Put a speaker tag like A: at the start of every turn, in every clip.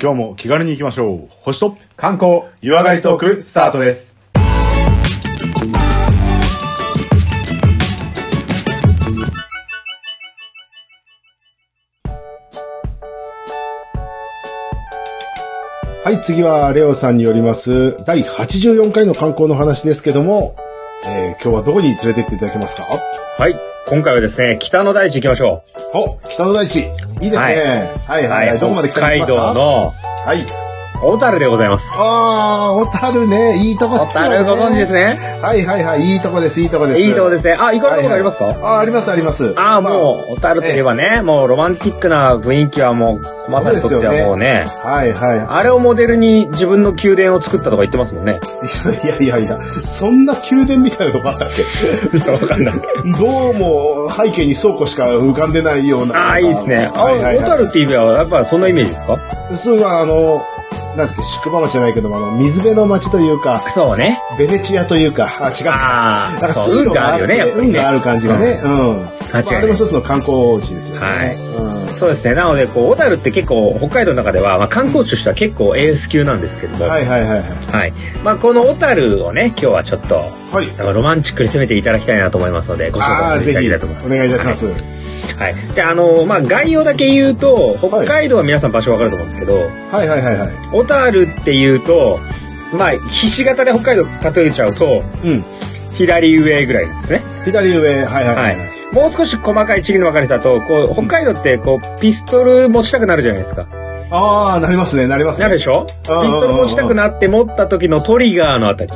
A: 今日も気軽に行きましょう。星と
B: 観光
A: 湯上がりトークスタートです。
C: はい、次はレオさんによります、第84回の観光の話ですけども、えー今日はどこに連れてっていただけますか
B: はい今回はですね北の大地行きましょ
C: お、北の大地。いいですね。はい、
B: う
C: はい、はい。どこまで
B: 北
C: 北に行き
B: 海
C: ますか
B: 道。の
C: はい。
B: 小樽でございます
C: あー、小樽ね、いいとこ
B: 小
C: ですよ、ね。
B: 樽ご存知です
C: ね。
B: ね
C: はい、はい、はい。いいとこです、いいとこです。。
B: いいとこですすねあ行かれたことありますか、
C: あー、あります、あります。
B: ああ、
C: ま
B: もう、小樽といえばね、もうロマンティックな雰囲気はもう、まさにとってはもうね、
C: はい、は
B: あれをモデルに自分の宮殿を作ったとか言ってます もんね。
C: い。いやいやいや、そんな宮殿みたいなとこあったっけ
B: わかんない。
C: どうも背景に倉庫しか浮かんでないような。
B: ああ、いいですね。あ、
C: はいはいはい
B: 小樽っていう意味は、やっぱそんなイメージですか
C: そうはあの、なんだっけ、宿場町じゃないけども、あの、水辺の町というか、
B: そうね。
C: ベネチアというか、あ、違う
B: あ
C: か。な
B: ー
C: んか
B: そう
C: そういうのがあって
B: 運があるよねやっぱりね
C: 運がある感じがね。うん。まあ
B: 違いない
C: あれも一つの観光地ですよね。
B: はい
C: うん。
B: そうですね。なので、こう、小樽って結構、北海道の中では、まあ、観光地としては結構エース級なんですけども、
C: は
B: はい。
C: いはいはいはい。
B: まあ、この小樽をね、今日はちょっと、
C: はい。
B: なんかロマンチックに攻めていただきたいなと思いますので、ご紹
C: あ
B: 介
C: ー
B: して
C: ぜ
B: いただ
C: ひ、お
B: きたいと思います。
C: 願いいたします。
B: はい。はいじゃあ、あの、まあ、概要だけ言うと、北海道は皆さん場所わかると思うんですけど、
C: はいはいはいはい。
B: 小樽っていうと、まあ、ひし形で北海道例えちゃうと、
C: うん。
B: 左上ぐらいなんですね。
C: 左上、はいはいは
B: はいい。。もう少し細かい地理の分かる人だと、こう、北海道って、こう、ピストル持ちたくなるじゃないですか。
C: ああ、なりますね、なります
B: なる
C: ね。
B: でしょ
C: あー
B: ピストル持ちたくなって持った時のトリガーのあたり。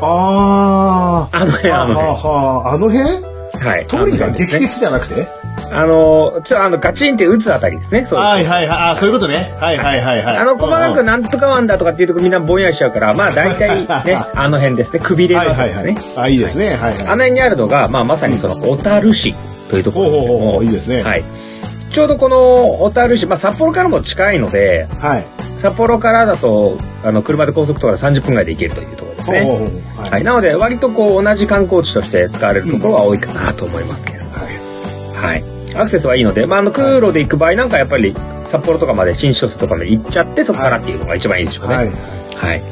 C: ああ。
B: あの辺、あの
C: はあ
B: 辺。
C: はあ、あの辺
B: はい。
C: 通り
B: あ
C: が
B: の辺
C: 激
B: ですね
C: 烈じゃなくて
B: あの、ちょ、あの、ガチンって打つあたりですね。そうです。
C: いはいはい。ああ、そういうことね。はいはいはいは
B: あの、細かくなんとか湾だとかっていうとこみんなぼんやりしちゃうから、まあ大体ね、あの辺ですね。くびれの
C: はい
B: あた
C: は
B: り
C: い
B: で
C: は
B: すね
C: い。。あ、いいですね。はい
B: あの
C: はい。
B: 辺にあるのが、まあ、まさにその小樽市というところなんですけども
C: ほうほうほういいですね
B: はい、ちょうどこの小樽市、まあ、札幌からも近いので
C: はい。
B: 札幌からだとあの車で高速とかで30分ぐらいで行けるというところですね。
C: ほうほうほう
B: はい、。なので割とこう同じ観光地として使われるところは多いかなと思いますけど、
C: はい
B: はい、アクセスはいいので、まあ、あの空路で行く場合なんかやっぱり札幌とかまで新千歳とかまで行っちゃってそこからっていうのが一番いいでしょうね。
C: はい。
B: はい。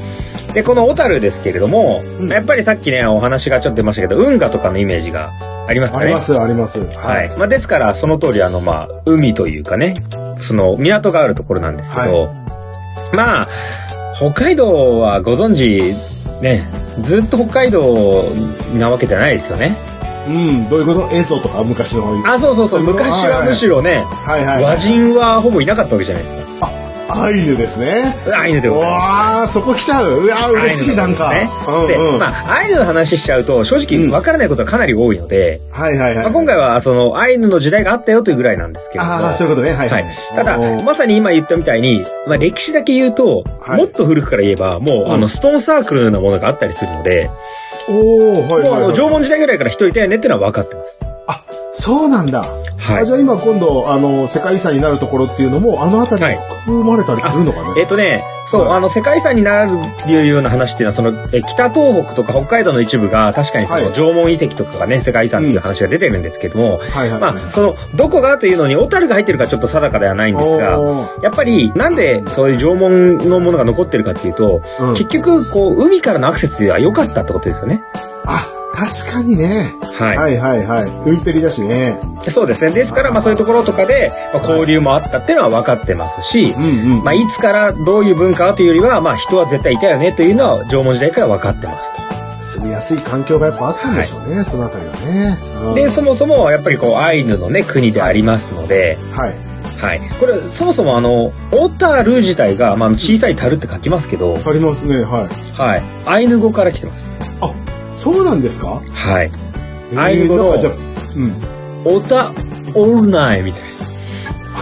B: で、この小樽ですけれども、
C: ん
B: やっぱりさっきね、お話がちょっと出ましたけど、運河とかのイメージがあります
C: あ
B: か
C: り
B: ね。
C: ます、あります。
B: はい。。まあ、ですから、その通り、あの、まあ、海というかね、その、港があるところなんですけど、まあ、北海道はご存知、ね、ずっと北海道なわけじゃないですよね。
C: うん、どういうこと映像とか昔の。は
B: あ、そうそうそう、昔はむしろね、
C: いはい。
B: 和人はほぼいなかったわけじゃないですか。
C: アイヌですね。
B: うわアイヌでございます。
C: わあ、そこ来ちゃう。うわあ、嬉しい、なんか。
B: アイヌのことですね。
C: うんう
B: で、
C: ん。は
B: まあ、アイヌの話しちゃうと、正直わからないことはかなり多いので、
C: いはいはい
B: まあ、。今回はそのアイヌの時代があったよというぐらいなんですけれども。
C: ああ、そういうことね。はい
B: は
C: はいい。、
B: ただ
C: おー
B: まさに今言ったみたいに、まあ、歴史だけ言うと、
C: はい
B: もっと古くから言えばもう、
C: うん
B: あのストーンサークルのようなものがあったりするので、
C: おー、はい
B: もうあ
C: はい
B: の
C: はい。
B: 縄文時代ぐらいから人いたよねっていうのは分かってます。
C: あ、そうなんだ。
B: は
C: あじ
B: い
C: ゃあ今今度、あの、世界遺産になるところっていうのも、あの辺りに含まれたりするのか
B: え
C: ね。
B: っとね、そう、
C: はい
B: あの、世界遺産になるっていうような話っていうのは、その、え北東北とか北海道の一部が、確かにそ
C: は
B: の、
C: い
B: 縄文遺跡とかがね、世界遺産っていう話が出てるんですけども、
C: はいはい。
B: まあ、その、どこがというのに、小樽が入ってるかちょっと定かではないんですが、
C: おー
B: やっぱりなんでそういう縄文のものが残ってるかっていうと、
C: うん
B: 結局こう海からのアクセスが良かったってことですよね。
C: あ、確かにね。
B: はい。
C: はいはいはい。海ペリだしね。
B: そうですね。ですからまあそういうところとかでまあ交流もあったっていうのは分かってますし、
C: ん
B: まあいつからどういう文化というよりはまあ人は絶対いたよねというのは縄文時代から分かってますと。
C: 住みやすい環境がやっぱあったんでしょうね、そのあたりはね。うん
B: で、そもそもやっぱりこうアイヌのね国でありますので、
C: はい。
B: はい。これそもそもあの、小樽自体がまあ小さい樽って書きますけど、
C: ありますね、はい。
B: はい。アイヌ語から来てます。
C: あ、そうなんですか
B: はい。ア
C: あい
B: イヌ
C: う
B: 語の
C: じゃあうん。
B: オタオルナイみたいな。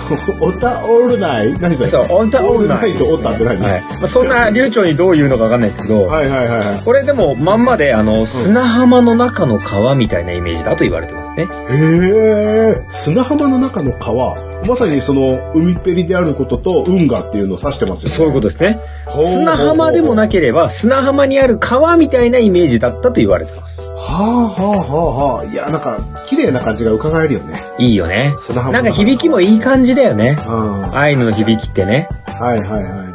C: オタオルナイ何それ
B: そう、オタオルナイ、
C: オルナイとオタって何
B: はい。まあ、そんな流暢にどういうのかわかんないですけど、
C: はいはいはいはい。
B: これでもまんまで、あの、砂浜の中の川みたいなイメージだと言われてますね。
C: へえ、砂浜の中の川。まさにその、海っぺりであることと運河っていうのを指してますよね。
B: そういうことですね。
C: ほう
B: 砂浜でもなければ、砂浜にある川みたいなイメージだったと言われてます。
C: はあはあはあはあ。いや、なんか、綺麗な感じが伺えるよね。
B: いいよね。
C: 砂浜
B: なんか響きもいい感じだよね。
C: うん。は
B: アイヌの響きってね。
C: いはいは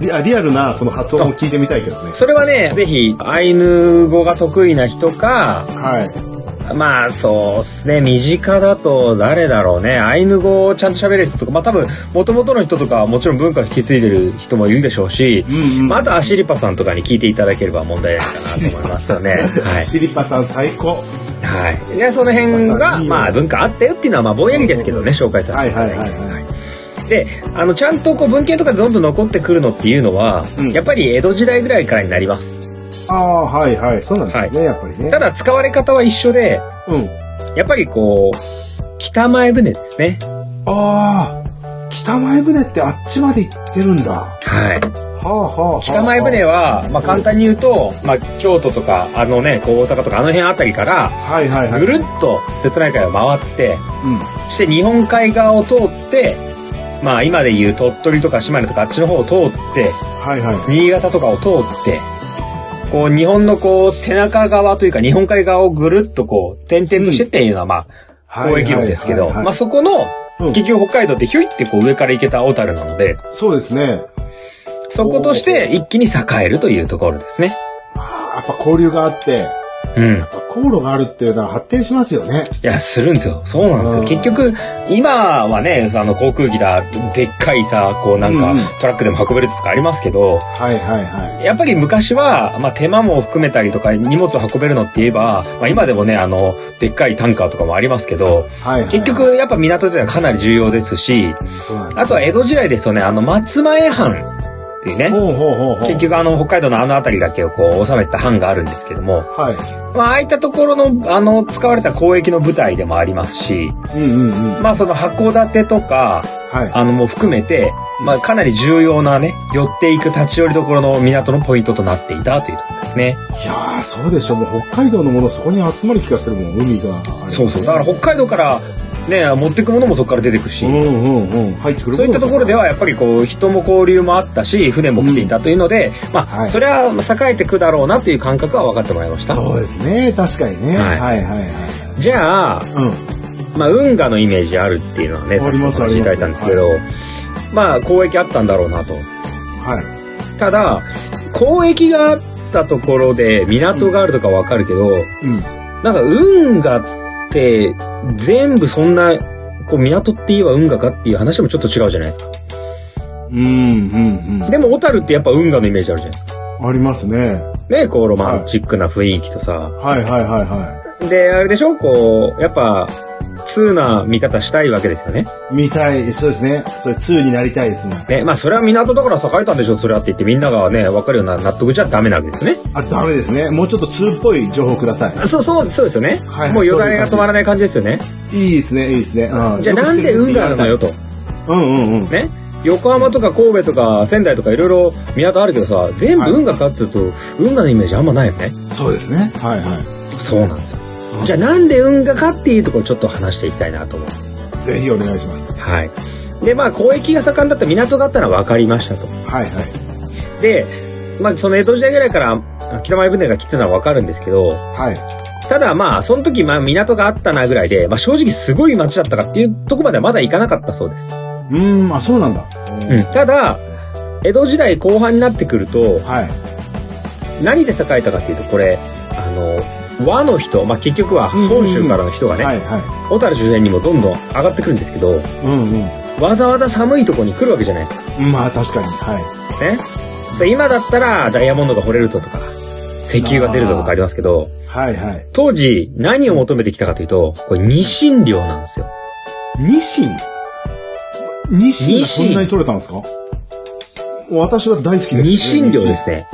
C: い。リアリアルなその発音も聞いてみたいけどね。
B: それはね、ぜひ、アイヌ語が得意な人か、
C: はい。
B: まあそうっすね身近だと誰だろうねアイヌ語をちゃんと喋れる人とかまあ多分元々の人とかはもちろん文化を引き継いでる人もいるでしょうし、
C: うんうん
B: まあ、あとアシリパさんとかに聞いていただければ問題ないかなと思いますよね。はい
C: シリパさん最高。
B: はい、でその辺
C: アシリパさ
B: が
C: んいいよ
B: まあ文化あったよっていうのはまあぼんやりですけどね紹介させていただいて。
C: はいはいはいは
B: であのちゃんとこう文献とかでどんどん残ってくるのっていうのは、
C: うん
B: やっぱり江戸時代ぐらいからになります
C: ああ、はいはい。そうなんですね、やっぱりね。
B: ただ使われ方は一緒で
C: うん。
B: やっぱりこう北前船ですね
C: ああ、北前船ってあっちまで行ってるんだ。は
B: はい
C: あはあはあはあ
B: 北前船は、まあ、簡単に言うと、まあ、京都とかあのねこう大阪とかあの辺あたりから
C: はいはいはい。
B: ぐるっと瀬戸内海を回って
C: うん。
B: そして日本海側を通って、まあ、今で言う鳥取とか島根とかあっちの方を通って
C: はいは
B: 新潟とかを通ってこう日本のこう背中側というか日本海側をぐるっとこう点々としてっていうのは、まあ
C: い。
B: 交易路ですけ
C: は
B: ど、
C: いはい
B: まあ、そこの
C: うん
B: 結局北海道ってひょいってこう上から行けた小樽なので
C: そうですね。
B: そことして一気に栄えるというところですね。
C: ああやっぱ交流があって、やっ
B: うん。
C: ぱ航路があるっていうのは発展しますよね。
B: いや、するんですよ。そうなんです
C: う
B: よ。
C: ん
B: 結局、今はね、あの、航空機だ、でっかいさ、こうなんか、
C: うんうん
B: トラックでも運べるやつとかありますけど、
C: はいはいはい。
B: やっぱり昔は、まあ、手間も含めたりとか、荷物を運べるのって言えば、まあ、今でもね、あの、でっかいタンカーとかもありますけど、
C: はい、はい。
B: 結、局、やっぱ港というのはかなり重要ですし、
C: そうなんだ。
B: あとは江戸時代ですよね、あの、松前藩っていうね、
C: ほうほうほうほう。
B: 結局あの、北海道のあの辺りだけをこう、収めた藩があるんですけども、
C: は
B: まあ、ああいったところの、あの、使われた交易の舞台でもありますし、
C: い。うんうんうん。
B: まあ、その函館とか、
C: はい。
B: あの、も含めて、まあ、かなり重要なね、寄っていく立ち寄りどころの港のポイントとなっていたというところですね。
C: いやー、そうでしょ。もう北海道のものそこに集まる気がするもん、海が。
B: そうそう。だから北海道から、ね、持ってくものもそこから出てくし、
C: うんうんうん。入ってくる
B: そういったところで
C: は。
B: はやっぱりこう、人も交流もあったし、船も来ていたというので、まあ、
C: はい
B: それは栄えてくだろうなという感覚は分かってもらいました。
C: そうですね。確かにね。
B: は
C: はいいはいはい。
B: じゃあ、
C: うん。
B: まあ、運河のイメージあるっていうのはね、さっ
C: あ
B: き
C: り
B: お
C: ます
B: 話しいただいたんですけど、まあ、交易あったんだろうなと。
C: はい。
B: ただ、交易があったところで港があるとかわかるけど、
C: うん。
B: なんか運河って全部そんな、こう港って言えば運河かっていう話もちょっと違うじゃないですか。
C: うんうん
B: でも小樽ってやっぱ運河のイメージあるじゃないですか。
C: うん。ありますね。
B: ね、こうロマンチックな雰囲気とさ。
C: はいはいはいは
B: で、あれでしょこう、やっぱ、通な見方したいわけですよね。
C: い。見たい。そうですね。それ2になりたいですもん。
B: ね、まあそれは港だから栄えたんでしょ、それはって言ってみんながね、わかるような納得じゃダメなわけですよね。
C: あ、ダメですね。もうちょっと2っぽい情報くださ
B: あそう、そう、そうですよね。
C: はい
B: もうよだれが止まらない感じですよね。
C: い。いいですね、いいですね。うん
B: じゃあなんで運河なのよ。と。
C: うんうんうん。
B: ね。横浜とか神戸とか仙台とかいろいろ港あるけどさ、全部運河かっつうと、運河のイメージあんまないよね。
C: そうですね。はいは
B: そうなんですよ
C: う。ん
B: じゃあなんで運河かっていうところをちょっと話していきたいなと思う。
C: い。ぜひお願いします。
B: はい。で、まあ交易が盛んだった港があったのは分かりましたと。
C: はいはい。
B: で、まあその江戸時代ぐらいから北前船が来てたのは分かるんですけど、
C: はい。
B: ただまあその時まあ港があったなぐらいで、まあ正直すごい街だったかっていうとこまではまだ行かなかったそうです。
C: うーん、あ、そうなんだ。
B: うん、ただ江戸時代後半になってくると
C: はい。
B: 何で栄えたかっていうとこれあの和の人、まあ、結局は本州からの人がね、
C: はいは
B: 小樽周辺にもどんどん上がってくるんですけ
C: い。
B: ど
C: うんうん。
B: わざわざ寒いとこに来るわけじゃないですか。
C: まあ確かに。は
B: ね、それ今だったらダイヤモンドが掘れるととか石油が出るぞとかありますけど
C: い。はいはい。
B: 当時何を求めてきたかというとこれニシン漁なんですよ。
C: ニシンニシン
B: ニ
C: が
B: シン
C: そんなに取れたんですか私は大好きです。
B: ニシン漁ですね。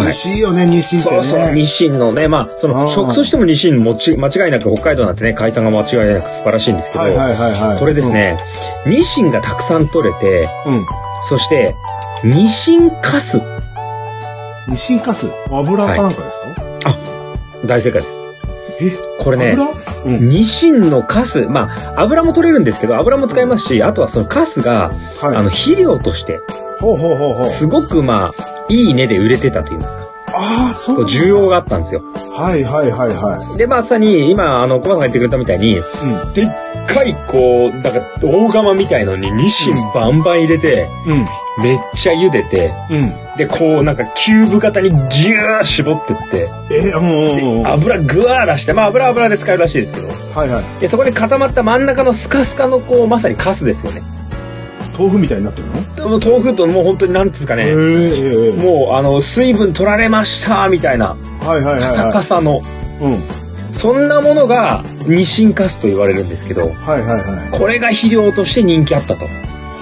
C: 美
B: い
C: 味。しいよね、ニシンって、
B: そ
C: ね。
B: うそう、ニシンのね、まあ、そ
C: あ
B: の、
C: ー
B: 食としてもニシンもち、間違いなく北海道なんてね、海産が間違いなく素晴らしいんですけど、
C: はいはいはいはい。
B: これです。ね、ニシンがたくさん取れて、
C: うん。うん
B: そして、ニシンカス。
C: ニシンカス油かなんかですか、
B: 大正解です。
C: え
B: これね
C: 油うん。
B: ニシンのカス、まあ、油も取れるんですけど、油も使いますし、あとはそのカスが、
C: はい。
B: あの、肥料として、
C: ほうほうほうほう。
B: すごくまあ、いい根で売れてたと言いますか、
C: ああ、そう
B: こう
C: なんだ
B: 需要があったんですよ。
C: はいはいはいは
B: で、まさに、今、あの、コバさんが言ってくれたみたいに、
C: い。うん。
B: でっかい、こう、なんか、大釜みたいのにニシンバンバン入れて、
C: うん。
B: めっちゃ茹でて、
C: うん。
B: で、こう、なんか、キューブ型にギュー絞ってって、
C: えー、うんうんうん。は
B: 油ぐわー出して、まあ、油は油で使うらしいですけど、
C: いはい。
B: で、そこで固まった真ん中のスカスカの、こう、まさにカスですよね。
C: 豆腐みたいになってるの
B: もう豆腐ともう本当になんつうかね、
C: ええー。
B: もうあの水分取られましたみたいな
C: はいはいはい、はい。
B: カサカサの
C: うん。
B: そんなものがニシンカスと言われるんですけど
C: はいはいはい。
B: これが肥料として人気あったと。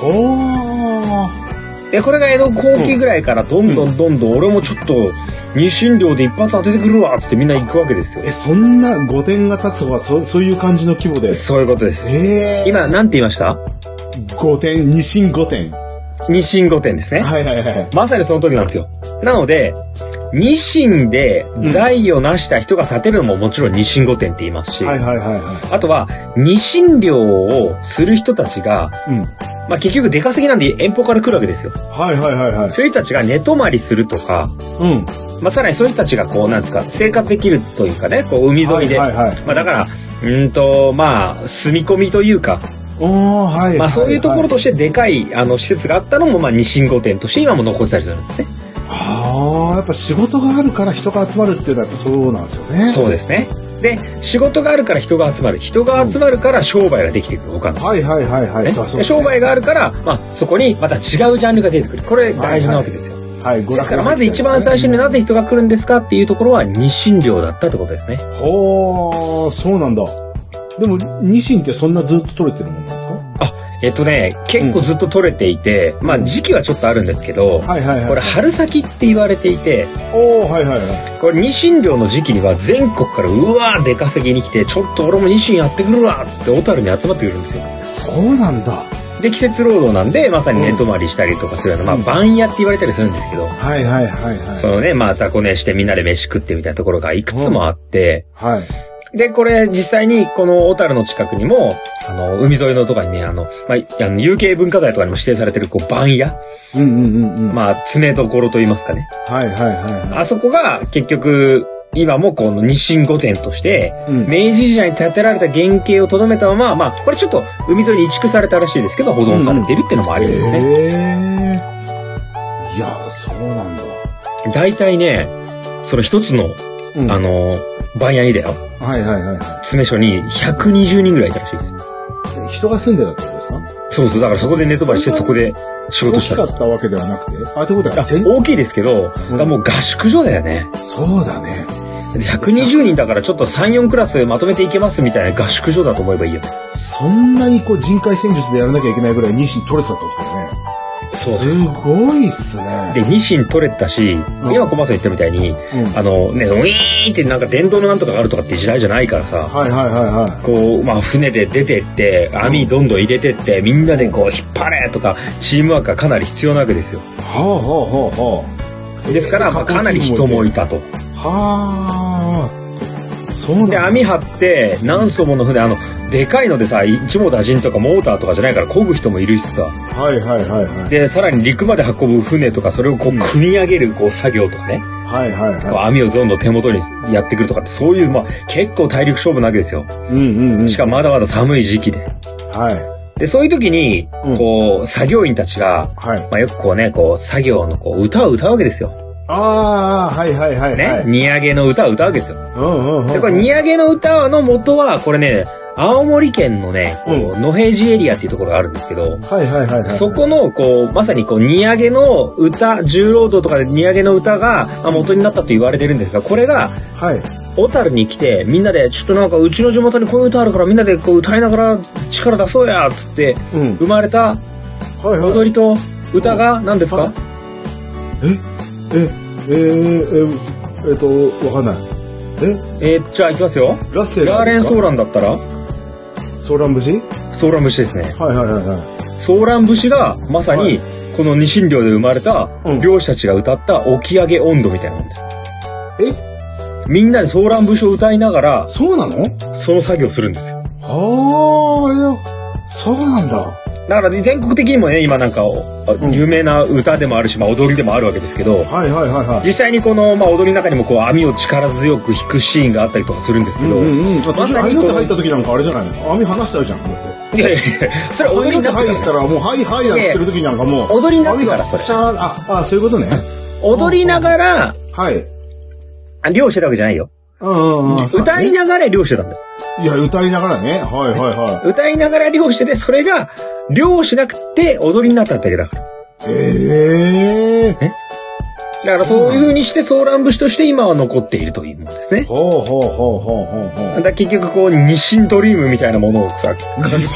C: ほー。
B: でこれが江戸後期ぐらいからどんどんどんどん俺もちょっとニシン漁で一発当ててくるわっつってみんな行くわけですよ
C: え、。そんな御殿が立つとか、そそういう感じの規模で。
B: そういうことです。
C: ええ
B: 今なんて言いました
C: ー。御殿、二神御殿。
B: ニシン御殿ですね。
C: はいはいはい。
B: まさにその時なんですよ。なのでニシンで財を成した人が建てるのももちろんニシン御殿って言いますし。
C: はいはいはいは
B: あとは、ニシン漁をする人たちが、
C: い。うん。
B: まあ、結局出稼ぎなんで遠方から来るわけですよ。
C: はいはいはいはい。
B: そういう人たちが寝泊まりするとか、
C: うん。
B: まあ、さらにそういう人たちがこう、なんですか、生活できるというかね、こう、海沿いで。
C: はいはいはい。
B: まあ、だから、うーんと、まあ、住み込みというか、
C: おー、はいはいはい。
B: まあ、そういうところとしてでかい、あの、施設があったのも、まあ、ニシン御殿として今も残ってたりするんですね。
C: はあ、やっぱ仕事があるから人が集まるっていうのはやっぱそうなんですよね。
B: そうですね。で、仕事があるから人が集まる。人が集まるから商売ができてくる、他の。
C: はいはいはいはい。
B: ね
C: そうそう
B: 商売があるから、まあ、そこにまた違うジャンルが出てくるこれ大事なわけですよ、
C: はい、娯楽が入ってる
B: ですからまず一番最初になぜ人が来るんですかっていうところは日清漁だったってことですね
C: ほー、そうなんだ。でも、ニシンってそんなずっと取れてるもんなんですか
B: えっとね結構ずっと取れていて、まあ時期はちょっとあるんですけど、
C: はいはいはい。
B: これ春先って言われていて
C: おー、はいはいはい。
B: これニシン漁の時期には全国からうわー出稼ぎに来てちょっと俺もニシンやってくるわっつって小樽に集まってくるんですよ
C: そうなんだ。は
B: で季節労働なんでまさに寝泊まりしたりとかするような、
C: うん
B: まあ番屋って言われたりするんですけど、
C: いはいはいはい。
B: そのね、まあ、雑魚寝してみんなで飯食ってみたいなところがいくつもあって、
C: はい。
B: で、これ実際にこの小樽の近くにも、あの、海沿いのとかにね、あの、まあ、あの有形文化財とかにも指定されてる、こう、番屋
C: うんうんうんうん。
B: まあ、詰めどころと言いますかね。
C: はいはいはいは
B: あそこが結局、今もこの日清御殿として、
C: い。うん。
B: 明治時代に建てられた原型をとどめたまま、まあ、これちょっと海沿いに移築されたらしいですけど、保存されているっていうのもありですね。
C: へー。いや、そうなんだ。
B: 大体ね、その一つの、
C: うん
B: あの、番屋にだよ。
C: はいはいはいは
B: 詰め所に120人ぐらいいたらしいですよ。
C: い。人が住んでたってことですか
B: そうそう。だからそこで寝泊まりして、そこで仕
C: 大
B: 事
C: き
B: した
C: か
B: の。
C: ったわけではなくて。あ、ってことは、
B: あ
C: せん
B: 大きいですけど、だからもう合宿所だよね。
C: そうだね。
B: 120人だからちょっと3、4クラスまとめていけますみたいな合宿所だと思えばいいよ。
C: そんなにこう人海戦術でやらなきゃいけないぐらいニシン取れてたってことだよね。
B: そうですす。
C: ごいっすね。
B: で、ニシン取れたし、今小松さん言ったみたいに、
C: うん
B: あのね、ウィーンってなんか電動のなんとかがあるとかって時代じゃないからさ、
C: はいはいはいは
B: こう、まあ船で出てって、網どんどん入れてって、みんなでこう引っ張れとか、チームワークがかなり必要なわけですよ。
C: い。はあはあはあはあ。
B: ですから、まあかなり人もいたと。
C: はあ。そうなん
B: で
C: だ。
B: 網張って何艘もの船あのでかいのでさ一網打尽とかモーターとかじゃないから漕ぐ人もいるしさ
C: はいはいはいはい。
B: でさらに陸まで運ぶ船とかそれをこ
C: う
B: うん組み上げるこう作業とかね、
C: はいはい
B: こう
C: は
B: 網をどんどん手元にやってくるとかってそういう、まあ、結構体力勝負なわけですよ
C: い。うんうんうん。
B: しかもまだまだ寒い時期で
C: はい。
B: でそういう時に
C: うん
B: こう作業員たちが、
C: はい。
B: まあ、よくこうねこう作業のこう歌を歌うわけですよ、
C: ああ、はいはいはい
B: ね
C: はい。
B: 荷揚げの歌を歌うわけですよ
C: うんうんうん。
B: でこれ荷揚げの歌の元はこれね青森県のねこう
C: う
B: 野平寺エリアっていうところがあるんですけど、
C: はいはいはいはい。
B: そこのこうまさにこう荷揚げの歌重労働とかで荷揚げの歌がまあ元になったと言われてるんですがこれが
C: はい。
B: 小樽に来てみんなでちょっとなんかうちの地元にこういう歌あるからみんなでこう歌いながら力出そうやっつって
C: うん。
B: 生まれた
C: はいはい。
B: 踊りと歌が何です
C: は
B: か
C: いえ、え、えー、えー、えっと、わかんない。え、
B: えーじゃあいきますよ。
C: ラッセル
B: ラーレン・ソー
C: ラ
B: ランだったら
C: ン。ソーラン節
B: ソーラン節ですね。
C: はいはいはいはい。
B: ソーラン節がまさ
C: は
B: に
C: い
B: このニシン漁で生まれた
C: うん
B: 漁師たちが歌った起き上げ温度みたいなもんです。
C: え
B: みんなでソーラン節を歌いながら、
C: そうなの
B: その作業するんですよ。
C: はあ、いや、そうなんだ。
B: だから全国的にもね、今なんか、
C: ん
B: 有名な歌でもあるし、まあ踊りでもあるわけですけど、
C: はいはいはいはい。
B: 実際にこの、まあ、踊りの中にもこう網を力強く引くシーンがあったりとかするんですけど、
C: うんうん。
B: ま
C: 私、
B: さ
C: ハイ
B: に
C: ノ
B: こ
C: って入った
B: う
C: 時なんかあれじゃないの網離しちゃうじゃん、こうやって。
B: いやいやいやそれは
C: 踊
B: 踊
C: り
B: りに
C: に
B: なって
C: 入
B: から
C: ったらもう、はいはいなんて言ってる時なんかもう、
B: 踊りになって
C: 網
B: か
C: が
B: らそれ
C: シャー、あ、あ、そういうことね。
B: 踊りながら
C: はい。
B: あ漁してたわけじゃないよ
C: うんうんうん。
B: 歌いながら漁してたんだよ
C: いや、歌いながらね。はいはいは
B: 歌いながら漁しててそれが漁しなくて踊りになっただけだから
C: い。ええー。
B: だからそういう風にしてソーラン節として今は残っているというものですね
C: ほうほうほうほうほうほ
B: だか
C: う。
B: ら結局こう日清ドリームみたいなものをさ日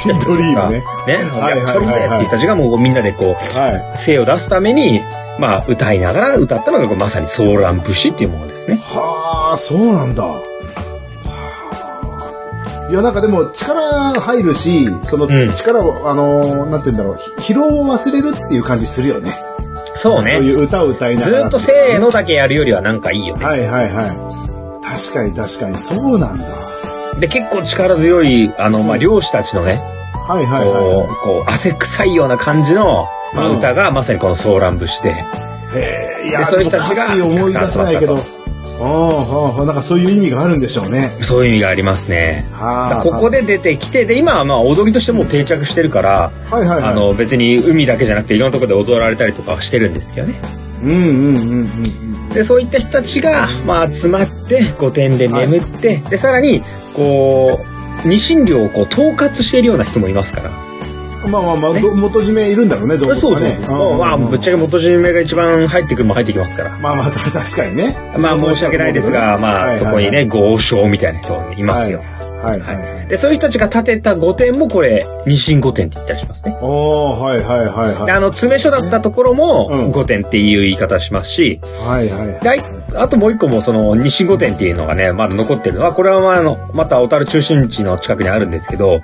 C: 清ドリームね
B: ね
C: はいはいはいはい
B: やっとるぜっていう人たちがもうみんなでこう
C: はい。
B: 精を出すために、まあ、歌いながら歌ったのがこうまさにソーラン節っていうものですね。
C: はあ、そうなんだ。はあいや、なんかでも力入るし、その
B: うん
C: 力を、あのー、なんて言うんだろう、ひ疲労を忘れるっていう感じするよね。
B: そ
C: そ
B: う
C: うい
B: ね。
C: う歌を歌いなが
B: ず
C: ら。
B: っとせーのだけやるよりはなんかいいよね。
C: はいはいはい。確かに確かに。そうなんだ。
B: で、結構力強い、あの、まあ、漁師たちのね、
C: はいはいはい
B: こ
C: は
B: う、こう汗臭いような感じの、まあ、
C: うん
B: 歌がまさにこのソーラン節で。
C: い。へえ、いや、
B: で
C: そ
B: そうう
C: い人
B: いうう人
C: た
B: た
C: ち
B: ち
C: が
B: が
C: 歌詞思い出せないけど。
B: たく
C: うんうんうんなんかそういう意味があるんでしょうね。
B: そういう意味がありますね。だから
C: はあ。
B: ここで出てきて、で、今はまあ、踊りとしてもう定着してるから、
C: はいはいはい。
B: あの、別に海だけじゃなくていろんなところで踊られたりとかはしてるんですけどね。
C: うんうんうんうんうん。
B: でそういった人たちが、まあ、集まって御殿で眠って、でさらにこう二神寮をこう統括しているような人もいますから
C: まあまあまあ、ど元締めいるんだろうね、どこかね。
B: もうまあぶっちゃけ元締めが一番入ってくるも入ってきますから。
C: まあまあ、確かにね。
B: まあ申し訳ないですが、まあそこにね、豪商みたいな人いますよ。
C: はいはいはい。
B: で、そういう人たちが建てた御殿もこれ、二神御殿って言ったりしますね。
C: おー、はいはいはい
B: で
C: はい。
B: あの、詰め所だったところ
C: うん
B: も御殿っていう言い方しますし、
C: はいはい。
B: でああともう一個もその西御殿っていうのがねまだ残ってるのはこれはまああのまた小樽中心地の近くにあるんですけど
C: う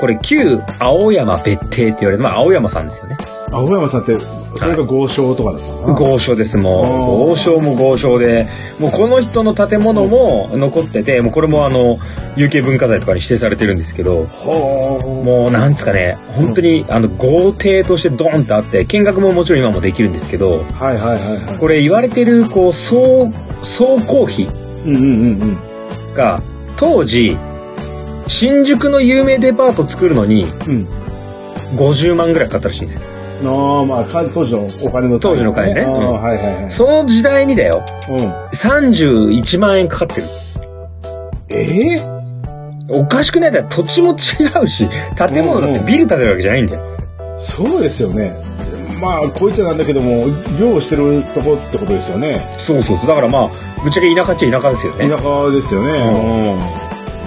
B: これ旧青山別邸って言われる、まあ、青山さんですよね
C: ん。あ、小山さんって、それが豪商とかだったのか
B: 豪商ですも
C: あー
B: う豪商も豪商でもうこの人の建物も残っててもうこれもあの有形文化財とかに指定されてるんですけど
C: な。ほ
B: もうなんですかね本当にあの豪邸としてドーンとあって見学ももちろん今もできるんですけど
C: ー。はいはいはいはい。
B: これ言われてるこう総総工費
C: うんうんうんうん。
B: が当時新宿の有名デパート作るのに
C: うん。
B: 50万ぐらいかかったらしいんですよ
C: ああ、まあ、か当時のお金の、
B: 当時のお金ね
C: あー
B: うん
C: はいはいはい。
B: その時代にだよ
C: うん。
B: 31万円かかってる
C: ええ
B: おかしくないだろ土地も違うし建物だってビル建てるわけじゃないんだよ
C: そうですよね。まあ、こいつはなんだけども、漁をしてるとこってことですよね。
B: そうそうそうだからまあぶっちゃけ田舎っちゃ田舎ですよ
C: 田
B: ね
C: 舎ですよね。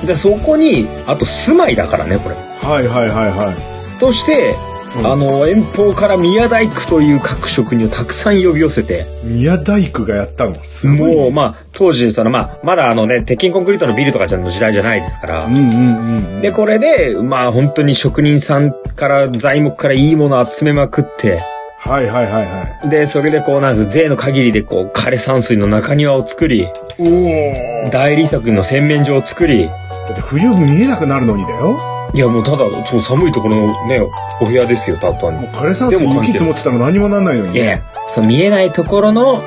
C: うん。
B: でそこにあと住まいだからねこれ
C: はいはいはいはい。
B: として、
C: うん
B: あの遠方から宮大工という各職人をたくさん呼び寄せて
C: 宮大工がやったの。すごい、
B: もうまあ当時そのまあまだあのね鉄筋コンクリートのビルとかの時代じゃないですから
C: うんうんうん。
B: で、これで、まあ本当に職人さんから材木からいいものを集めまくって、
C: はいはいはいはい。
B: で、それでこうなんです、税の限りでこう枯山水の中庭を作り、
C: おお。
B: 大理石の洗面所を作り、
C: だって冬見えなくなるのにだよ。も
B: いやもうただ、そう寒いところのね、お部屋ですよ、たった
C: う
B: に。
C: 枯山
B: で
C: 水
B: も関係
C: 雪積もってたら何もなんないのに
B: いやい
C: ね。
B: や、そう見えないところの、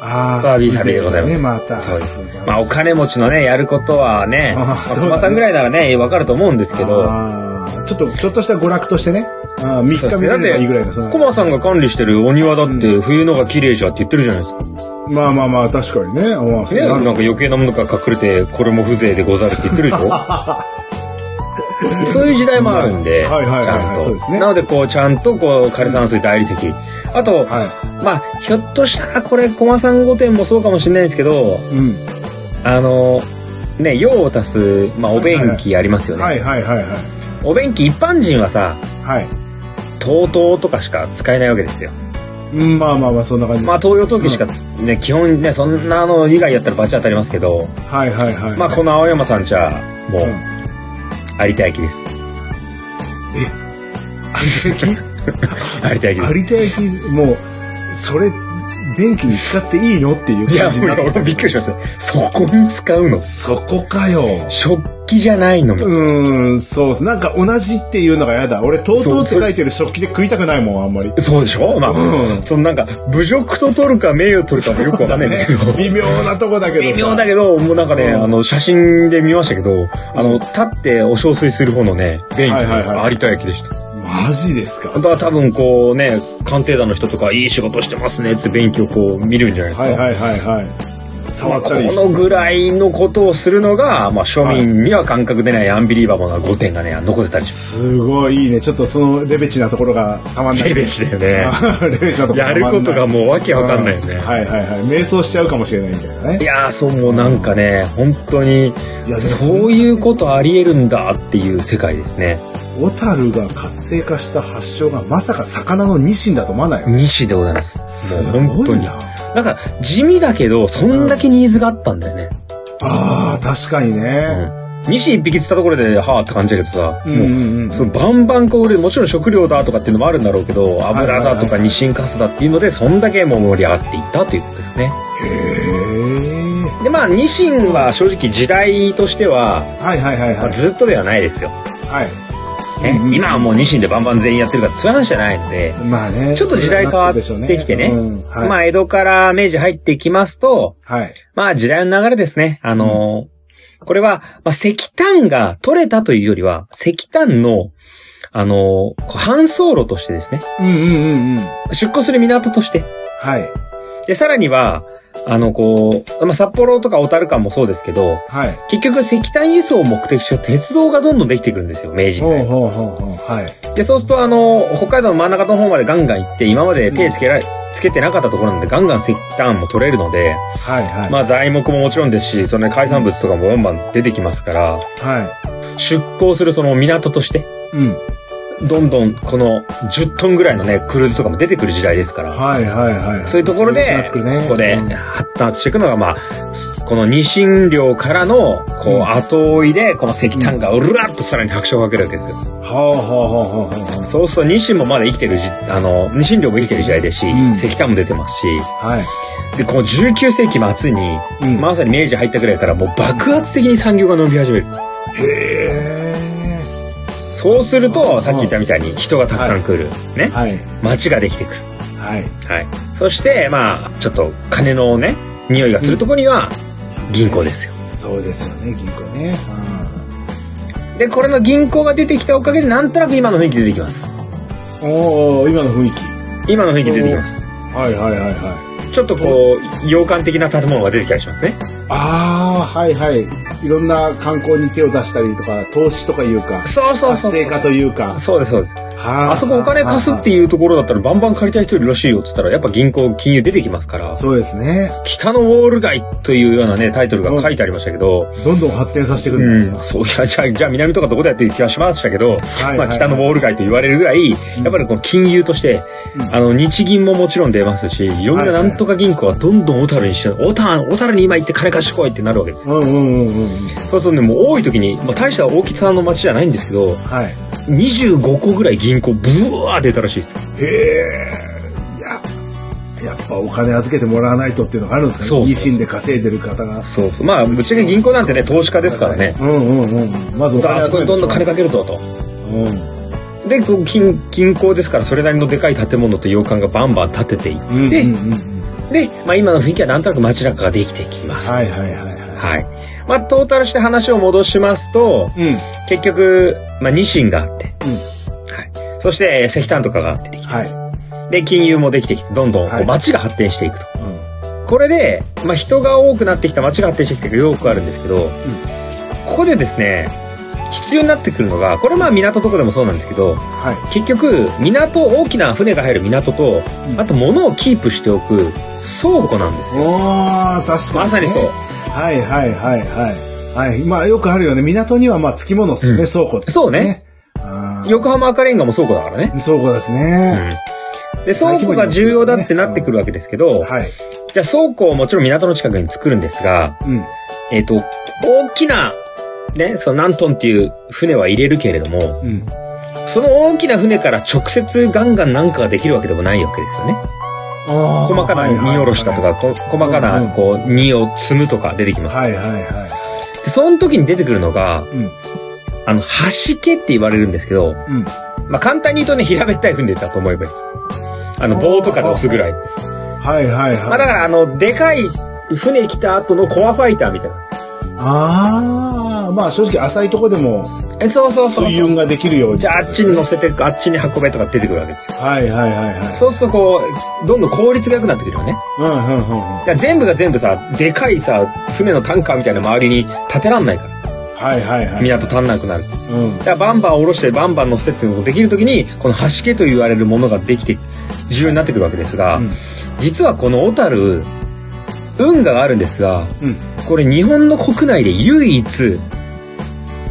C: ああ。
B: わびさびでございます
C: ね、また。
B: そうです
C: 素晴らしい
B: まあお金持ちのね、やることはね、
C: あー
B: まあ
C: そうだね
B: 熊さんぐらいならね、わかると思うんですけど、
C: あーちょっと、ちょっとした娯楽としてね。ああ、3
B: そう
C: 日
B: で
C: 見
B: す
C: れ
B: ね
C: ればいいぐらいの。その
B: コマさんが管理してるお庭だって冬のが綺麗じゃって言ってるじゃないですか。
C: まあまあまあ、確かにね。まあ、
B: ね、なんか余計なものが隠れて、これも風情でござるって言ってるでしょ そういう時代もあるんで、
C: はいはいはい
B: ち
C: はい
B: ゃん
C: そうです
B: と。
C: ね
B: なので、こう、ちゃんと、こう、枯山水大理石。あと、
C: は
B: まあ、ひょっとしたら、これ、駒さん御殿もそうかもしれないんですけど、
C: い。うん。
B: あの、ね、用を足す、まあ、お便器ありますよね。
C: はいはいはいはい。
B: お便器、一般人はさ、
C: はい。
B: 東東とかしか使えないわけですよ。
C: うん、まあまあまあ、そんな感じ。
B: まあ、東洋陶器しか、ね、基本ね、そんなの以外やったらバチ当たりますけど、
C: はいはいはい。
B: まあ、この青山さんじゃ、も
C: う
B: う、
C: ん
B: 有田駅です。有田駅で
C: 有
B: す。
C: 田焼き、もう、それ、電気に使っていいのっていう
B: いや、
C: 感じになって
B: 俺
C: た
B: もびっくりしました。そこに使うの
C: そこかよ。
B: 食器じゃないのみたいな
C: うーん、そうっす。なんか同じっていうのが嫌だ。俺、とうとうって書いてる食器で食いたくないもん、あんまり。
B: そうでしょまあ、
C: うん
B: そのなんか、侮辱と取るか名誉取るかもよくわかんないんだけど。
C: 微妙なとこだけどさ。
B: 微妙だけど、もうなんかね、
C: うん
B: あの、写真で見ましたけど、あの、立ってお小水する方のね、便器
C: はいはい
B: が
C: は
B: 有田焼でした。
C: マジですか。
B: 本当は多分こうね、鑑定団の人とか、いい仕事してますねって便器をこう見るんじゃないです
C: は
B: か。
C: いはいはいはい。触ったりし
B: このぐらいのことをするのが、まあ、庶民には感覚でないアンビリーバボーな5点がね、残ってたりし
C: すごいいいね。ちょっとそのレベチなところがたまん
B: ま
C: な
B: す。
C: い。
B: レベチだよね。
C: あレベチなところ
B: やることがもうわけわかんないよね。
C: うはいはいはい。瞑想しちゃうかもしれないみたいなね
B: い。やーそうもうなんかね本当に
C: いやでも
B: そういうことありえるんだっていう世界ですね
C: 小樽が活性化した発祥がまさか魚のニシンだと思わないよ。
B: 西でございますすもう本
C: ご
B: 当
C: い
B: に
C: な
B: な。んか地味だけどそんだけニーズがあったんだよね、
C: ああ、確かに
B: う
C: ね。
B: ん西一匹釣ったところではあって感じだけどさ、
C: うんうんうん
B: もうそのバンバンこう売れるもちろん食料だとかっていうのもあるんだろうけど
C: いはいはい
B: 油だとかニシンカスだっていうのでそんだけもう盛り上がっていったということですね
C: へえ。
B: でまあニシンは正直時代としては、
C: はいはいはい
B: ま
C: は
B: あ
C: い。
B: ずっとではないですよ
C: はい。
B: ね
C: うんうん
B: 今はもうニシンでバンバン全員やってるからそういう話じゃないので
C: まあね。
B: ちょっと時代変わってきてね
C: うんはい
B: まあ江戸から明治入ってきますと
C: はい。
B: まあ時代の流れですねあのーこれは、まあ、石炭が取れたというよりは石炭のあのーこう搬送路としてですね
C: うんうんうんうん。
B: 出港する港として
C: はい。
B: でさらにはあのこう、まあ、札幌とか小樽間もそうですけど
C: はい。
B: 結局石炭輸送を目的とした鉄道がどんどんできてくるんですよ明治に
C: ほ
B: なり
C: うほうほうほう。はい。
B: で、そうすると、あの、北海道の真ん中の方までガンガン行って、今まで手つけられ、つけてなかったところなんで、ガンガン石炭も取れるので、
C: はいはい。
B: まあ、材木ももちろんですし、その海産物とかもバンバン出てきますから、
C: は
B: 出港するその港として、
C: い。うん。
B: どんどんこの10トンぐらいのね、クルーズとかも出てくる時代ですから、
C: はいはいはい。
B: そういうところで、
C: そういうなってくるね
B: ここで
C: うん
B: 発達していくのが、まあ、すこのニシン漁からの、こ
C: う
B: う、
C: ん
B: 後追いで、この石炭がうらっとさらに拍車をかけるわけですよ。
C: ほうほうほうほうほうほう。
B: そうするとニシンもまだ生きてるじあのニシン漁も生きてる時代ですし、
C: ん
B: 石炭も出てますし
C: はい。
B: でこの19世紀末に、
C: うん
B: まさに明治入ったぐらいからもう爆発的に産業が伸び始める
C: へ
B: そうする
C: う
B: と
C: ん
B: さっき言ったみたいに人がたくさん来る、
C: え。
B: ね
C: はい。
B: 町ができてくる、
C: はい。
B: はい、そしてまあちょっと金のね匂いがするとこには銀行ですよ
C: そうですよね、銀行ね。
B: でこれの銀行が出てきたおかげでなんとなく今の雰囲気出てきます
C: うん、おお、今の雰囲気。
B: 今の雰囲気出てきます
C: はいはいはいはい。
B: ちょっとこう洋館的な建物が出てきたりしますね
C: ああ、はいはい。いろんな観光に手を出したりとか、投資とかいうか、
B: そうそう
C: 活
B: そう
C: 性化というか。
B: そうですそうです
C: あ
B: あそこお金貸すって
C: う。
B: いうところだったらバンバン借りたい人いるらしいよっつったらやっぱ銀行金融出てきますから
C: そうですね。
B: 北のウォール街というようなねタイトルが書いてありましたけど、
C: どんどん発展させていく
B: うん
C: だ。
B: ん、そういやじゃあじゃあ南とかどこだよっていう気がしましたけ
C: は
B: ど、
C: い
B: まあ、北のウォール街と言われるぐらいやっぱりこの金融として、
C: うん
B: あの日銀ももちろん出ますしいろんななんとか銀行はどんどん小樽にして小樽小樽に今行って金貸してこいってなるわけです
C: う
B: よ
C: んうんうんうん。
B: そうするとねもう多い時に、まあ、大した大きさの町じゃないんですけど
C: はい。
B: 25個ぐらい銀行ブワー出たらしいですよ
C: へえ。いや、やっぱお金預けてもらわないとっていうのがあるんですかね。
B: そうそう
C: ニシンで稼いでる方が。
B: そうそうまあぶっちゃけ銀行なんてね投資家ですからね
C: うんうんうん。まずお金
B: あそこにどんどん金かけるぞと
C: うん。
B: でこう銀銀行ですからそれなりのでかい建物と洋館がバンバン建てていって、
C: うんうんうんうん
B: で、まあ、今の雰囲気はなんとなく街中ができていきます、
C: はいいはいはいは
B: はいまあ、トータルして話を戻しますと
C: い。うん。
B: 結局、まあ、ニシンがあって、
C: うん
B: はい、そしてえー石炭とかがあって
C: は
B: で金融もできてきてどんどんこ
C: は
B: う
C: い
B: 街が発展していくと、
C: い。うん
B: これで、まあ、人が多くなってきた街が発展してきたけどよくあるんですけど、ここでですね必要になってくるのがこれまあ港とかでもそうなんですけど
C: はい。
B: 結局港大きな船が入る港と
C: うん
B: あと物をキープしておく倉庫なんですよ。
C: おー、確かに、ね。
B: まさにそう。
C: はいはいはいはい。はい。まあよくあるよね。港にはまあ付き物ですよね、
B: うん
C: 倉庫って、
B: そうね。
C: あー
B: 横浜赤レンガも倉庫だからね。
C: 倉庫ですね。
B: うんで倉庫が重要だってなってくるわけですけど、
C: はい。
B: じゃあ倉庫をもちろん港の近くに作るんですが、
C: うん。
B: えっ、と大きなねその何トンっていう船は入れるけれども、
C: うん。
B: その大きな船から直接ガンガンなんかができるわけでもないわけですよね。細
C: 細
B: かな荷下ろしたとか、こ細か
C: うんう
B: なんこう荷を積むとか出てきます。
C: はいはいは
B: でその時に出てくるのが、
C: い。うん。
B: あの、端けって言われるんですけど、
C: うん。
B: まあ、簡単に言うとね、平べったい踏んでたと思えばいいです。あの、棒とかで押すぐらい。
C: はいはいはい。
B: まあ、だから、あの、でかい船来た後のコアファイターみたいな。
C: ああ、まあ正直浅いとこでも
B: え、そうそうそう
C: 水運ができるように。
B: じゃあ、あっちに乗せてく、あっちに運べとか出てくるわけですよ。
C: はいはいはいはい。
B: そうすると、こう、どんどん効率が良くなってくるよね。
C: うんうんうんうん。
B: だから全部が全部さ、でかいさ、船のタンカーみたいな周りに立てらんないから。
C: はいはいはい。
B: 港足んなくなる。
C: うん。
B: だからバンバン下ろしてバンバン乗せてっていうのができる時にこの端けと言われるものができて重要になってくるわけですが、
C: うん
B: 実はこの小樽運河があるんですが
C: うん。
B: これ日本の国内で唯一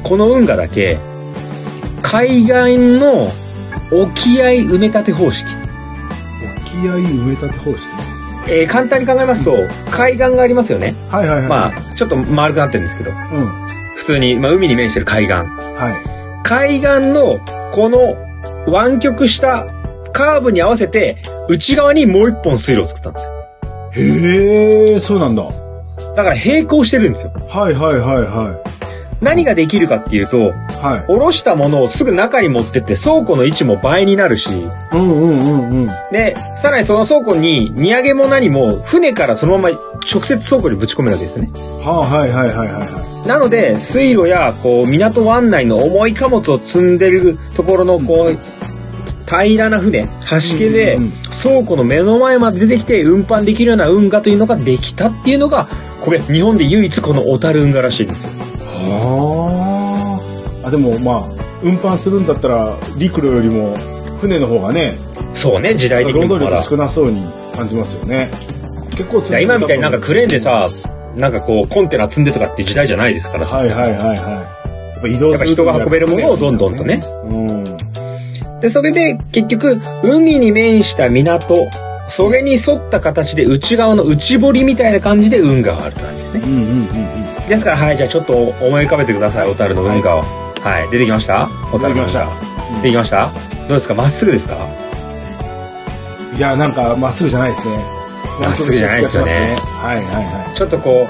B: この運河だけ海岸の沖合埋め立て方式、
C: 沖合埋め立て方式。
B: えー簡単に考えますと海岸がありますよね、
C: はいはいはい。
B: まあちょっと丸くなってるんですけど
C: あ。うん。は
B: 普通に、まあ、海に面してる海岸
C: い。
B: 海岸のこの湾曲したカーブに合わせて内側にもう一本水路を作ったんですよ。
C: へえ、そうなんだ。は
B: だから並行してるんですよ。
C: いはいはいはい。
B: 何ができるかっていうと、
C: はい。
B: 下ろしたものをすぐ中に持ってって倉庫の位置も倍になるし、
C: うんうんうんうん。
B: で、さらにその倉庫に荷上げも何も船からそのまま直接倉庫にぶち込めるわけですよね。
C: はあ、はいはいはいはいはい。
B: なので、水路やこう港湾内の重い貨物を積んでるところのこう、平らな船、端けで、
C: うんうんうん
B: 倉庫の目の前まで出てきて運搬できるような運河というのができたっていうのがこれ日本で唯一この小樽運河らしいんですよ
C: はあ。あ、でもまあ、運搬するんだったら、陸路よりも、船の方がね、
B: そうね時代的に
C: 労
B: も
C: 働
B: まだ
C: 力少なそうに感じますよね。結構
B: いや今みたいになんかクレーンでさなんかこうコンテナ積んでとかって時代じゃないですからさ、
C: はいはいはいはい。やっぱ移動
B: やっぱ人が運べるものをどんどんとね。
C: うん。
B: でそれで結局海に面した港それに沿った形で内側の内堀みたいな感じで運河があるって感じですね
C: うんうんうんうん。
B: ですからはいじゃあちょっと思い浮かべてください小樽の運河をはい、出てきました小樽
C: 出てき
B: の運
C: まし
B: 河
C: た。
B: できましたどうですかまっすぐですか
C: いや、なんか、まっすぐじゃないですね。
B: まっすぐじゃないですよね
C: はいはいは
B: ちょっとこ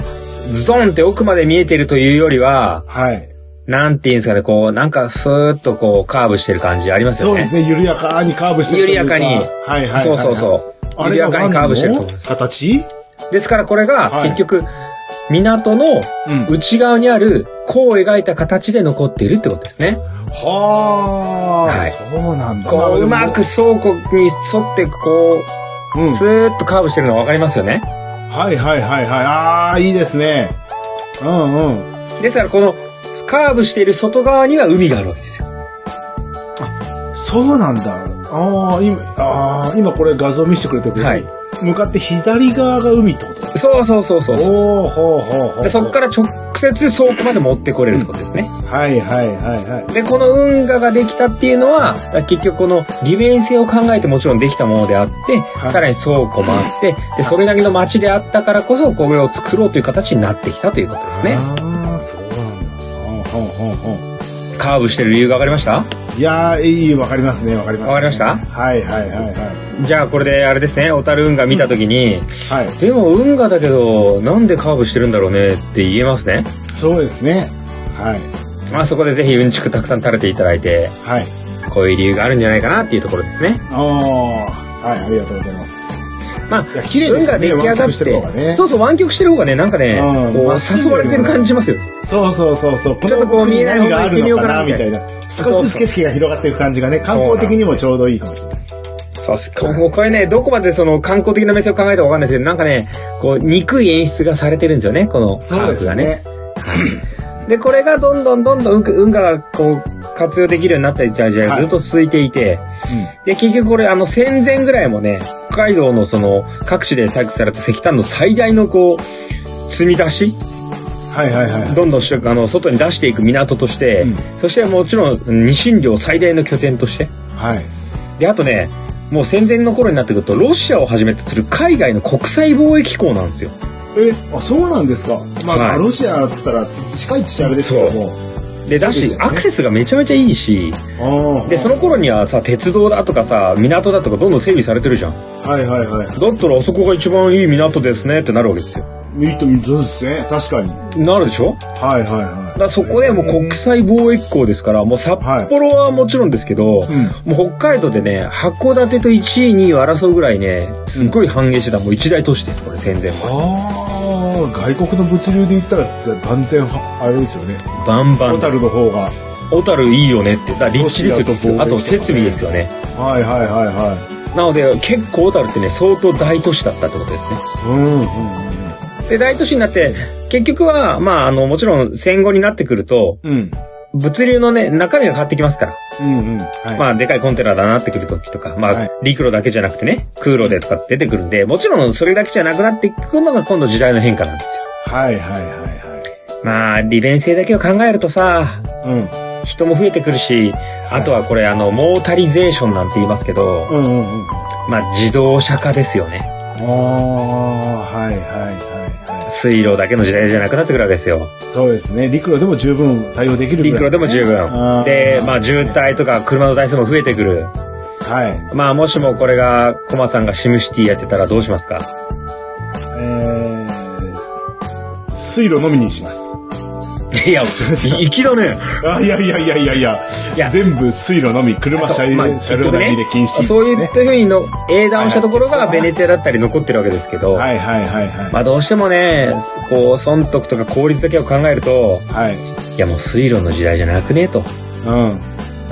B: う、ズドンって奥まで見えてるというよりは、
C: い。はい。
B: なんていうんですかね、こう、なんかふーっとこう、カーブしてる感じあります
C: そ
B: よ
C: う
B: ね。
C: ですね。緩やかにカーブしてるというか。
B: 緩やかに
C: はいはいはいはい。
B: そうそうそう
C: あれ
B: 緩や
C: が
B: かにカーブしてると
C: ワンの形
B: ですからこれが、
C: はい
B: 結局、港の
C: うん
B: 内側にある、弧を描いた形で残っているってことですね。
C: は
B: は
C: あ、
B: い
C: そうなんだ。
B: こ
C: まあ
B: う、
C: で
B: う
C: も
B: まく倉庫に沿って、こ
C: う
B: う、
C: ん
B: スーッとカーブしてるのわかりますよね。
C: はいはいはいはい。ああ、いいですね。うんうん。
B: ですからこの、カーブしている外側には海があるわけですよ。
C: そうなんだ。ああ、今、ああ、今これ画像見せてくれてるけど、
B: はい
C: 向かって左側が海ってこと
B: そうそうそうそうそう。
C: おおほうほうほう。
B: でそこから直接倉庫まで持ってこれるってことですね。
C: はいはいはいはい。
B: でこの運河ができたっていうのはだから結局この利便性を考えてもちろんできたものであって、
C: い
B: さらに倉庫もあってでそれなりの町であったからこそこれを作ろうという形になってきたということですね
C: ああ、そうなんだ。ほうほうほうほ
B: カーブしてる理由が分かりました
C: う。いやー、いい、わかりますね、わかります、ね。
B: わかりました
C: はいはいはいはい。
B: じゃあこれであれですね小樽運河見た時に、
C: はい。
B: でも運河だけどなんでカーブしてるんだろうねって言えますね
C: そうですね。はい。
B: まあそこでぜひうんちくたくさん垂れていただいて
C: はい。
B: こういう理由があるんじゃないかなっていうところですね
C: ああ、はい、ありがとうございます。
B: まあ
C: いや、綺麗で
B: 運
C: す
B: 河
C: ね、
B: 出来上
C: 湾
B: が
C: 曲
B: っ
C: してる方が
B: て
C: ね。
B: そうそう湾曲してる方がねなんかね
C: うん
B: こう
C: まっすぐ
B: 誘われてる感じしますよ
C: そうそうそうそう。
B: ちょっとこう見えない方
C: があ
B: が行って
C: る
B: みよ
C: の
B: う
C: か
B: かな
C: な、みた
B: みた
C: い
B: い
C: な
B: な。
C: 少しずつ景色が広がっていく感じがね、観光的にもちょうどいいかもしれない。
B: そうっす。こもうこれね、どこまでその観光的な目線を考えたかわかんないですけど、なんかね、こう、憎い演出がされてるんですよね、このカーブがね。。で、これがどんどんどんどん運運河がこう、活用できるようになったりじゃあじゃあ
C: はい
B: ずっと続いていて、で、結局これ、あの、戦前ぐらいもね、北海道のその、各地で採掘された石炭の最大のこう、積み出し
C: はいはいはいはい。
B: どんどんしあの外に出していく港として、
C: うん
B: そしてもちろん西新領最大の拠点として
C: はい。
B: であとねもう戦前の頃になってくるとロシアをはじめとする海外の国際貿易機構なんですよ
C: え、あ、そうなんですか。まあ、
B: はい
C: ロシアっつったら、近いっちゃあれですけども、
B: でだ
C: そうで
B: し、
C: すよね
B: アクセスがめちゃめちゃいいし
C: ああ。
B: でその頃にはさ鉄道だとかさ港だとかどんどん整備されてるじゃん
C: はいはいは
B: だったらあそこが一番いい港ですねってなるわけですよ
C: い。いいと思そうですね。確かに。
B: なるでしょ
C: はいはいは
B: だからそこでもう国際貿易港ですからもう札幌はもちろんですけど、
C: い。うん。
B: もう北海道でね函館と1位2位を争うぐらいねすっごい繁栄してたもう一大都市ですこれ戦前は
C: ああ、外国の物流で言ったらぜ断然はあれですよね。
B: バンバ
C: 小
B: ンで
C: 樽
B: す
C: の方が。
B: 小樽いいよねってだから立地ですよ
C: ロシアと貿易とかね
B: あと設備ですよね
C: はいはいはいは
B: なので結構小樽ってね相当大都市だったってことですね
C: い。うんうんうん
B: で大都市になって結局はまああのもちろん戦後になってくると
C: うん。
B: 物流のね中身が変わってきますから
C: うんうん。はい。
B: まあ、でかいコンテナだなってくる時とか、ま
C: は
B: あ
C: い、
B: 陸路だけじゃなくてね、空路でとか出てくるんで、もちろんそれだけじゃなくなっていくのが今度時代の変化なんですよ。
C: はいはいはい
B: まあ、利便性だけを考えるとさ、
C: は
B: 人も増えてくるし、あとはこれ、あの、モータリゼーションなんて言いますけ
C: い。う
B: ど、
C: ん。うんうんうん。
B: まあ、自動車化ですよね。
C: ああ、はいはいはいは
B: 水路だけの時代じゃなくなってくるわけですよ。
C: い。そうですね。陸路でも十分対応できるぐらい。
B: 陸路でも十
C: あ
B: 分。
C: ー
B: で、まあ、渋滞とか車の台数も増えてくる。
C: はい。
B: まあ、もしもこれが、コマさんがシムシティやってたらどうしますか
C: えー、水路のみにします。
B: いや、粋だね。
C: あ、いやいやいやいやいや。
B: いや
C: 全部水路のみ、車車
B: まあ
C: 両、車両並みで禁止、
B: そうい
C: ね
B: ったふうにの英断をしたところがベネチアだったり残ってるわけですけど、
C: はいはいはいはい。
B: まあどうしてもねこう損得とか効率だけを考えると
C: はい。
B: いやもう水路の時代じゃなくねと。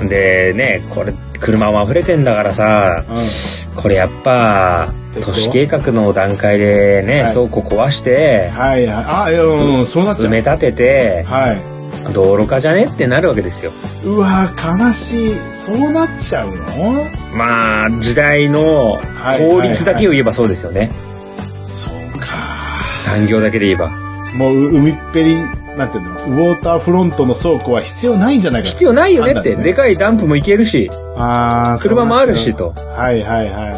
C: うん。
B: でねこれ車も溢れてんだからさ
C: う
B: これやっぱ
C: 鉄道
B: 都市計画の段階でね、
C: はい
B: 倉庫壊して
C: ん。はいはい。あ、いやうんうん、そうなっち
B: 埋
C: ゃう。
B: め立てて
C: はい。
B: 道路化じゃねってなるわけですよ。
C: うわー悲しい。そうなっちゃうの
B: まあ時代の
C: はい
B: 効率だけを言えばそうですよね、
C: そうか。
B: 産業だけで言えば。
C: もう、海っぺり、なんていうの、ウォーターフロントの倉庫は必要ないんじゃないかと
B: 必要ないよねって、
C: 判断ですね
B: でかいダンプも行けるし、
C: ああ、
B: 車もあるしと。
C: はいはいはいあ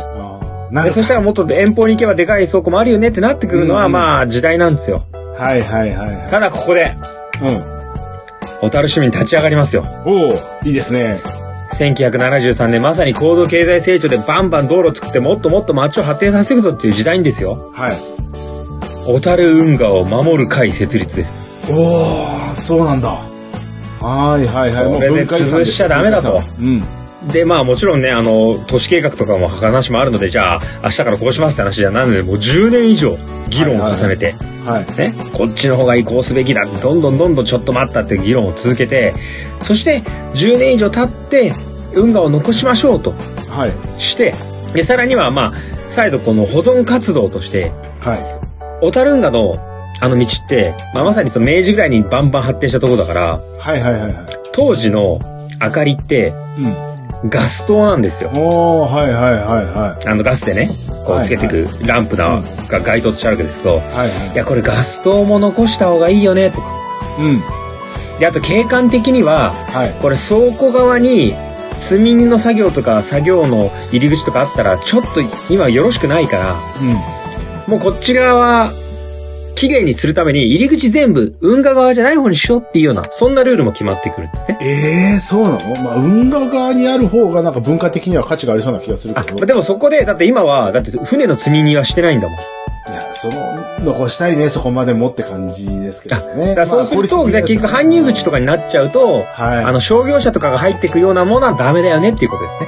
C: ー。な
B: でそしたらもっと遠方に行けばでかい倉庫もあるよねってなってくるの
C: うん
B: は、
C: うん
B: まあ時代なんですよ。
C: はいはいはいは
B: ただここで、
C: い。うん。
B: 小樽市民立ち上がりますよ。
C: おおいいですね。
B: 1973年まさに高度経済成長でバンバン道路を作ってもっともっと街を発展させていくぞっていう時代にですよ。
C: はい。
B: 小樽運河を守る会設立です。
C: おおそうなんだ。はいはいはい。
B: これで潰しちゃダメだと
C: うん。
B: で、まあもちろんね、あの、都市計画とかも話もあるので、じゃあ明日からこうしますって話じゃないので、もう10年以上議論を重ねて、
C: はい。
B: ね、こっちの方が移行すべきだどんどんどんどんちょっと待ったって議論を続けてそして10年以上経って運河を残しましょうと
C: はい。
B: してでさらにはまあ再度この保存活動として
C: は
B: 小樽運河のあの道って、まあ、まさにその明治ぐらいにバンバン発展したところだから
C: い。はいはいはいはい。
B: 当時の明かりって
C: うん。
B: ガス灯なんですよ。
C: おおはいはいはいは
B: あのガスでねこうつけていくランプだが街灯としてあるわけですけど
C: い。はい
B: いやこれガス灯も残した方がいいよねとか
C: はい。うん。
B: であと景観的には
C: はい。
B: これ倉庫側に積み荷の作業とか作業の入り口とかあったらちょっと今よろしくないから
C: うん。
B: もうこっち側はきれいにするために入り口全部運河側じゃない方にしようっていうようなそんなルールも決まってくるんですね。
C: ええー、そうなのまあ、運河側にある方がなんか文化的には価値がありそうな気がするけ
B: あ
C: ど。
B: でもそこでだって今はだって船の積み荷はしてないんだもん。
C: いや、その、残したいね、そこまでもって感じですけどね。
B: だからそうすると、
C: まあ
B: 結局搬入口とかになっちゃうと、
C: はい
B: あの商業者とかが入ってくようなものはダメだよねっていうことですね。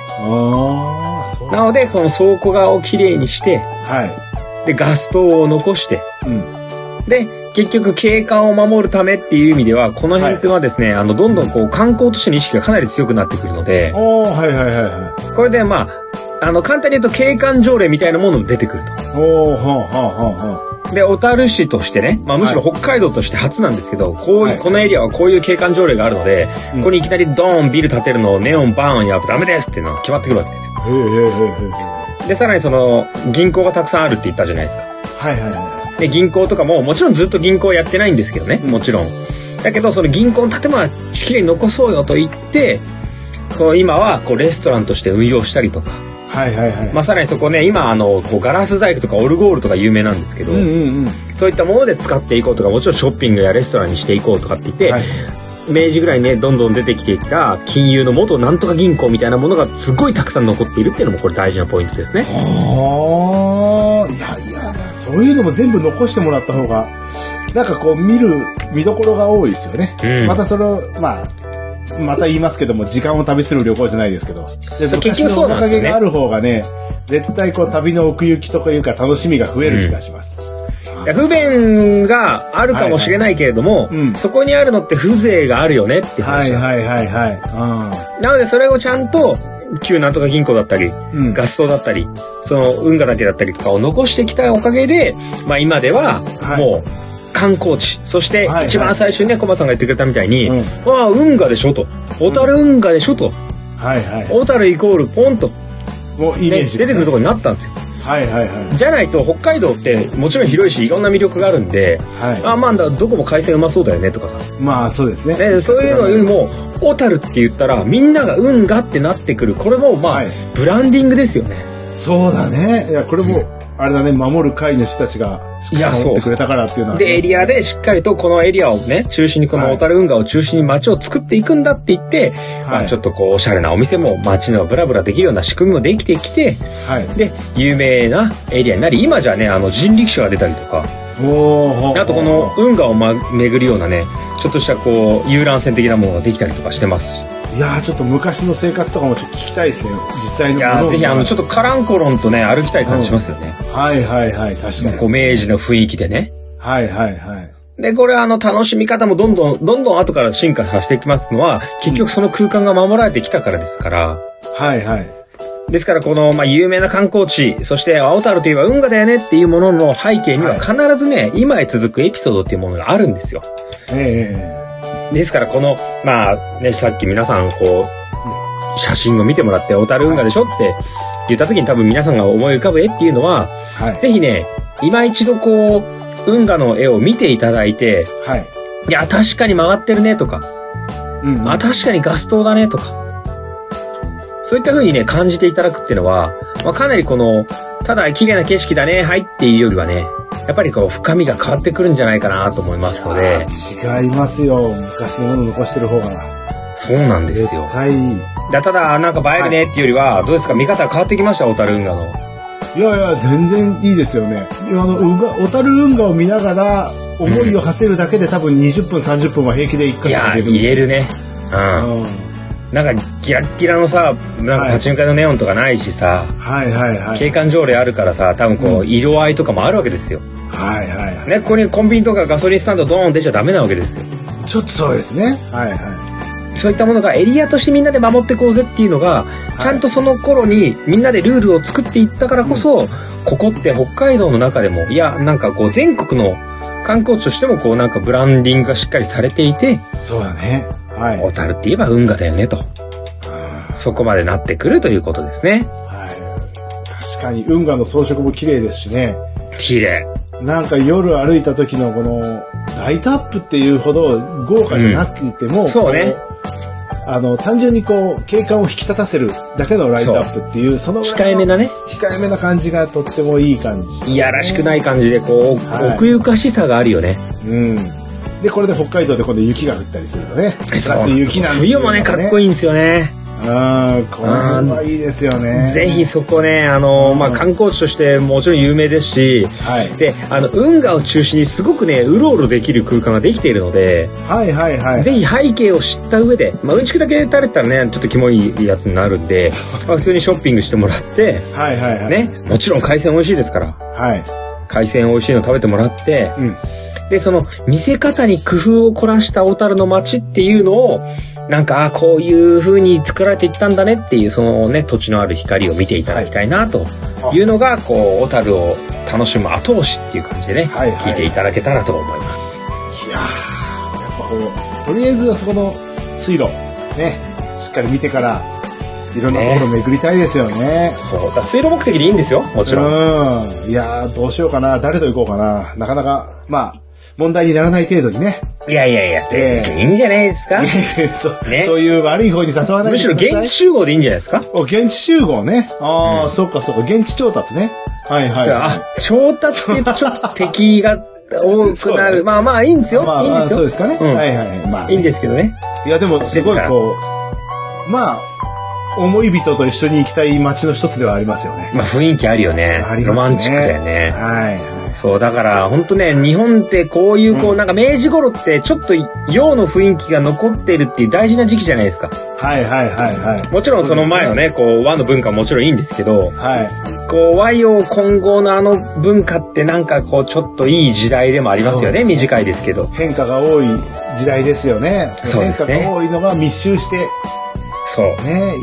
C: ああ、そう。
B: なのでその倉庫側をきれいにして
C: は
B: でガス灯を残して
C: い。うん。
B: で、結局景観を守るためっていう意味では、この辺っていうのはですね、あの、どんどんこう観光としての意識がかなり強くなってくるので、
C: おおはいはいはいは
B: これでまあ、あの、簡単に言うと景観条例みたいなものも出てくる
C: い。おおはあはあはあは
B: と。で、小樽市としてね、まあむしろ
C: は
B: 北海道として初なんですけど、こう、
C: はいいう
B: このエリアはこういう景観条例があるので、
C: うん
B: ここにいきなりドーンビル建てるのをネオンバーンやダメですっていうのが決まってくるわけですよ。
C: あ。へえへえへえへえ。
B: で、さらにその、銀行がたくさんあるって言ったじゃないですか。
C: はいはいは
B: で銀行とかももちろんずっと銀行やってないんですけどね
C: うん
B: もちろんだけどその銀行の建物はきれいに残そうよと言ってこう今はこうレストランとして運用したりとか、
C: い。はいはいはい。
B: まあ、さらにそこね今あのこうガラス細工とかオルゴールとか有名なんですけど、
C: うんうんうん。
B: そういったもので使っていこうとかもちろんショッピングやレストランにしていこうとかって言って、
C: はい。
B: 明治ぐらいにねどんどん出てきていった金融の元なんとか銀行みたいなものがすごいたくさん残っているっていうのもこれ大事なポイントですね。
C: ああ、いやいや、そういうのも全部残してもらった方が、なんかこう見る、見どころが多いですよね。
B: うん
C: またその、まあ、また言いますけども、時間を旅する旅行じゃないですけど、
B: そう結局そうなんですよ
C: 昔の面影
B: ね
C: がある方がね、絶対こう旅の奥行きとかいうか楽しみが増える気がします。
B: いや不便があるかもしれないけれども、
C: いはいうん
B: そこにあるのって風情があるよねっていう
C: は
B: 話
C: い
B: なんです
C: はいはいは
B: なのでそれをちゃんと旧なんとか銀行だったり、
C: うん
B: ガス灯だったりその運河だけだったりとかを残してきたおかげで、まあ、今では
C: はい
B: もう観光地、そして
C: はい
B: 一番最初にねコマさんが言ってくれたみたいに「
C: うん
B: わあ運河でしょ」と「小樽運河でしょ」と
C: い。はい
B: 「
C: は
B: 小樽イコールポンと、
C: い。もうイメ
B: ね、
C: ー
B: 出
C: ジ。
B: てくるところになったんですよ。
C: はいはいはい。
B: じゃないと北海道ってもちろん広いしいろんな魅力があるんで、
C: はい
B: あまあどこも海鮮うまそうだよねとかさ
C: まあそうですね。
B: ね、そういうのよりも小樽って言ったらみんなが運河ってなってくるこれもまあ、
C: はい
B: ブランディングですよね
C: そうだね。いや、これも、あれだね、守る会の人たちが、しっ
B: い
C: か
B: や
C: り
B: そう
C: 守ってくれたからっていうのは。
B: でエリアでしっかりとこのエリアをね中心にこの小樽運河を中心に街を作っていくんだって言って、まあ、ちょっとこうおしゃれなお店も街のブラブラできるような仕組みもできてきて
C: はい。
B: で有名なエリアになり今じゃねあの人力車が出たりとか
C: おー
B: あとこの、運河を、ま、巡るようなねちょっとしたこう遊覧船的なものができたりとかしてますし
C: いやーちょっと昔の生活とかもちょっと聞きたいですね。実際の
B: いやーぜひあのちょ
C: っ
B: っとカランコロンとね歩きたい感じしますよね。
C: と。はいはいはい、確かに。
B: こう明治の雰囲気でね。
C: はいはいはい。
B: で、これあの楽しみ方もどんどん、どんどん後から進化させていきますのは、結局その空間が守られてきたからですから。
C: はいはい。
B: ですからこの、まあ、有名な観光地、そして青樽といえば運河だよねっていうものの背景には必ずね、今へ続くエピソードっていうものがあるんですよ。
C: え
B: ですからこの、まあね、さっき皆さんこう、写真を見てもらって、小樽運河でしょって言った時に多分皆さんが思い浮かぶ絵っていうのは、
C: えはい。
B: ぜひね、今一度こう、運河の絵を見ていただいて、
C: はい。
B: いや、確かに曲がってるねとか、
C: うん
B: あ、確かにガス灯だねとか、そういった風にね、感じていただくっていうのは、まあ、かなりこの、ただ綺麗な景色だね、はいっていうよりはね、やっぱりこう、深みが変わってくるんじゃないかなと思いますので、
C: 違いますよ。昔のもの残してる方が。
B: そうなんで
C: 絶
B: すよ。
C: 対いい。
B: だただ、なんか映えるねっていうよりは、どうですか見方変わってきました小樽運河の。
C: いやいや、全然いいですよね。あの、運河小樽運河を見ながら、思いを馳せるだけで多分20分、30分は平気で一
B: い
C: 回
B: やー、言えるね。うん。
C: うん
B: なんかギラッギラのさなんかパチンコ屋のネオンとかないしさ、
C: はいはいはい。
B: 景観条例あるからさ多分こ
C: う
B: う色合いとかもあるわけですよ、
C: はいはいはい。
B: ねここにコンビニとかガソリンスタンドドーン出ちゃダメなわけですよ
C: ちょっとそうですね。はいはい。
B: そういったものがエリアとしてみんなで守ってこうぜっていうのが、ちゃんとその頃にみんなでルールを作っていったからこそ、ここって北海道の中でもいやなんかこう全国の観光地としてもこうなんかブランディングがしっかりされていて
C: そうだね。はい。
B: 小樽って言えば運河だよねとそこまでなってくるということですね
C: はい。確かに運河の装飾も綺麗ですしね。
B: 綺麗
C: なんか夜歩いた時のこのライトアップっていうほど豪華じゃなくても、
B: んそうね
C: こう。あの、単純にこう、景観を引き立たせるだけのライトアップっていう、そのぐ
B: 控
C: らい
B: え
C: の
B: めなね
C: 控えめな感じがとってもいい感じ。
B: いやらしくない感じでこう、
C: はい
B: 奥ゆかしさがあるよね。
C: うん。で、これで北海道で今度雪が降ったりするとね。プラス雪なん
B: 冬もねかっこ
C: いい。
B: いいんですよね。
C: ああ、これはいいですよね。
B: ぜひそこねあの、まあ、観光地としてもちろん有名ですし、
C: はい
B: であの運河を中心にすごくねうろうろできる空間ができているので、
C: はいはいはい。
B: ぜひ背景を知った上で、まあ、うんちくだけ垂れたらねちょっとキモいやつになるんで、まあ、普通にショッピングしてもらって、
C: はいはいはい。。
B: ね、もちろん海鮮美味しいですから
C: はい。
B: 海鮮美味しいの食べてもらって。
C: うん。
B: で、その見せ方に工夫を凝らした小樽の街っていうのを、なんか、あこういう風に作られていったんだねっていう、そのね、土地のある光を見ていただきたいなというのが、こう、小樽を楽しむ後押しっていう感じでね、
C: はいはい
B: 聞いていただけたらと思います。
C: いやーやっぱこう、とりあえずはそこの水路、ね、しっかり見てから、いろんなところ巡りたいですよね。
B: そうだ、水路目的でいいんですよ、もちろん。
C: うん。いやーどうしようかな。誰と行こうかな。なかなか、まあ、問題にならない程度にね。
B: いやいやいや、全然いいんじゃないですか。
C: そう
B: ね
C: そういう悪い方に誘わない
B: む
C: で
B: し
C: く
B: ろ
C: ださい
B: 現地集合でいいんじゃないですか。
C: お、現地集合ね。ああ、そっかそっか。現地調達ね。はいはい。
B: あ、調達って言うとちょっと敵が多くなる。まあまあ、いいんですよ。
C: まあ
B: いいん
C: まあ、
B: です
C: そうで。
B: よ
C: すかね。
B: うん
C: はいはいはい。まあ、
B: いいんですけどね。
C: いや、でも、すごいこう、まあ、思い人と一緒に行きたい街の一つではありますよね。
B: まあ、雰囲気あるよね。
C: ありますね
B: ロマンチックだよね。
C: はいは
B: そう、だから、本当ね、日本ってこういう、こう、なんか明治頃って、ちょっと洋の雰囲気が残ってるっていう大事な時期じゃないですか。
C: い。はいはいはいはい。
B: もちろんその前のね、こう、和の文化ももちろんいいんですけど、
C: はい。
B: こう、和洋混合のあの文化ってなんかこう、ちょっといい時代でもありますよね。短いですけど。
C: 変化が多い時代ですよね。
B: そうですね
C: 変化が多いのが密集して、
B: そう。
C: ね、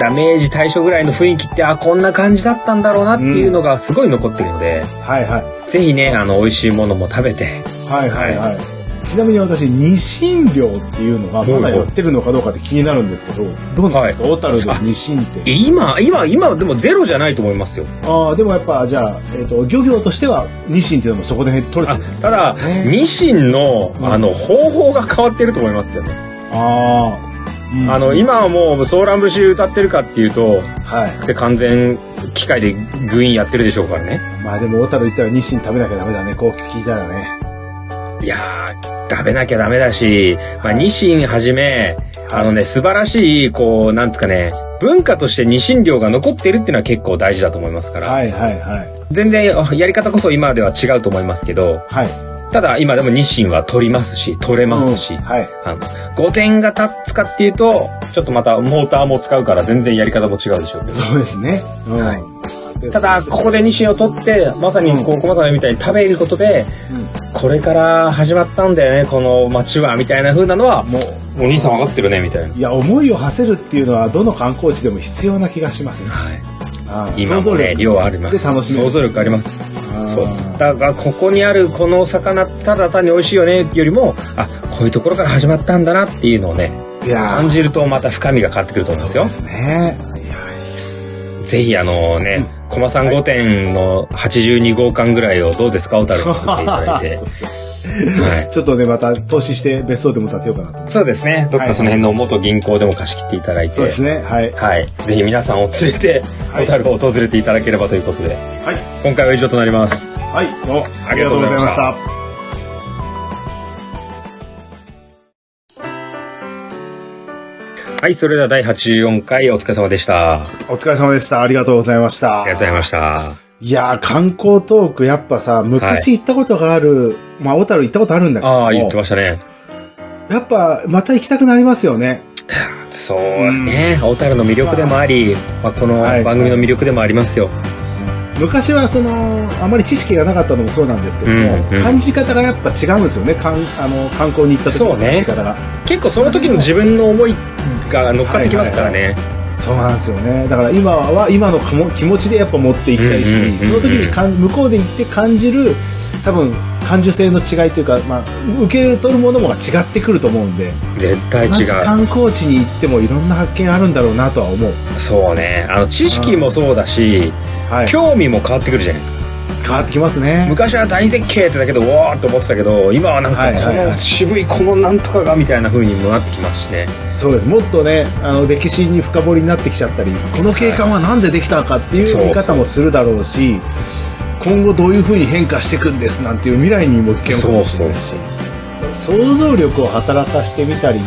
B: だから明治大正ぐらいの雰囲気って、あ、こんな感じだったんだろうなっていうのがすごい残ってるので、
C: いや。はいはい。
B: ぜひね、あの、美味しいものも食べて、
C: はいはいはい。ちなみに私、ニシン漁っていうのがまだやってるのかどうかって気になるんですけど、どうなんですか小樽でニシンって。
B: 今、今、今、でもゼロじゃないと思いますよ。
C: ああ、でもやっぱ、じゃあ、えっ、と、漁業としては、ニシンっていうのもそこで取れて
B: あ
C: るんですか
B: ただ、ニシンの、あの、方法が変わってると思いますけどね。
C: ああ、うん
B: あの、、今はもう、ソーラン節歌ってるかっていうと、
C: はい。
B: で完全機械でグイーンやってるでしょうからね。
C: まあでも、小樽行ったらニシン食べなきゃダメだね。こう聞いたらね。
B: いやー、食べなきゃダメだし、まあ、ニシンはじめ、あのね、素晴らしい、こう、なんつうかね、文化としてニシン漁が残ってるっていうのは結構大事だと思いますから、
C: はいはいはい。
B: 全然あやり方こそ今では違うと思いますけど、
C: はい。
B: ただ今でもニシンは取りますし、取れますし、
C: うんはい。
B: あの、5点が立つかっていうと、ちょっとまたモーターも使うから全然やり方も違うでしょうけど。
C: そうですね。うん
B: はいただ、ここでニシンを取って、まさにこう、小松さんみたいに食べることで、
C: うん
B: これから始まったんだよね、この街は、みたいな風なのは、もう、お兄さん分かってるね、みたいな。
C: いや、思いを馳せるっていうのは、どの観光地でも必要な気がします。
B: はい。
C: ああ
B: 今もね、量あります。
C: で楽しめる
B: 想像力あります。
C: ああ
B: そう。だが、ここにあるこの魚、ただ単に美味しいよね、よりも、あ、こういうところから始まったんだなっていうのをね、
C: いやー
B: 感じるとまた深みが変わってくると思うんですよ。
C: そうですね。
B: ぜひあのね、駒さん御殿の82号館ぐらいをどうですか、小樽に作っていただいて
C: そ。うそう
B: は い。
C: ちょっとね、また投資して別荘でも建てようかなと。
B: そうですね。どっかその辺の元銀行でも貸し切っていただいて、
C: そうですね。はい。
B: はい。ぜひ皆さんを連れて、
C: はい
B: 小樽を訪れていただければということで、
C: はい。
B: 今回は以上となります。
C: はい。どうも
B: ありがとうございました
C: ありがとうございました。
B: はい、それでは第84回お疲れ様でした。あ
C: お疲れ様でした。ありがとうございました
B: りがとう。ございました。
C: いやー、観光トーク、やっぱさ、昔行ったことがある、まあ、小樽行ったことあるんだけども、
B: ああ、言ってましたね。
C: やっぱ、また行きたくなりますよね。
B: そうね。小樽の魅力でもあり、まあ、この
C: はい
B: 番組の魅力でもありますよ。
C: 昔は、その、あまり知識がなかったのもそうなんですけども、
B: うんうん
C: 感じ方がやっぱ違うんですよね。かんあの観光に行った時
B: そ
C: の
B: うね
C: 感じ方が。
B: 結構その時の自分の思いが乗っかってきますからね。
C: そうなんですよね。だから今は今のかも気持ちでやっぱ持っていきたいし、
B: うんうんうんうん
C: その時にかん向こうで行って感じる多分感受性の違いというか、まあ、受け取るものもが違ってくると思うんで、
B: 絶対
C: 同じ
B: 違う。
C: 観光地に行ってもいろんな発見あるんだろうなとは思う。
B: そうね。あの、知識もそうだし、
C: はい。
B: 興味も変わってくるじゃないですか。
C: 変わってきますね。
B: 昔は大絶景ってだけで、うわーって思ってたけど、今はなん
C: は
B: か
C: いはい
B: こ
C: はい
B: の渋い、このなんとかが、みたいな風にもなってきますしね。
C: そうです。もっとね、あの歴史に深掘りになってきちゃったり、この景観はなんでできたのかっていう
B: はい
C: 見方もするだろうし、今後どういうふうに変化していくんですなんていう未来にも一見もしれないし、想像力を働かしてみたりって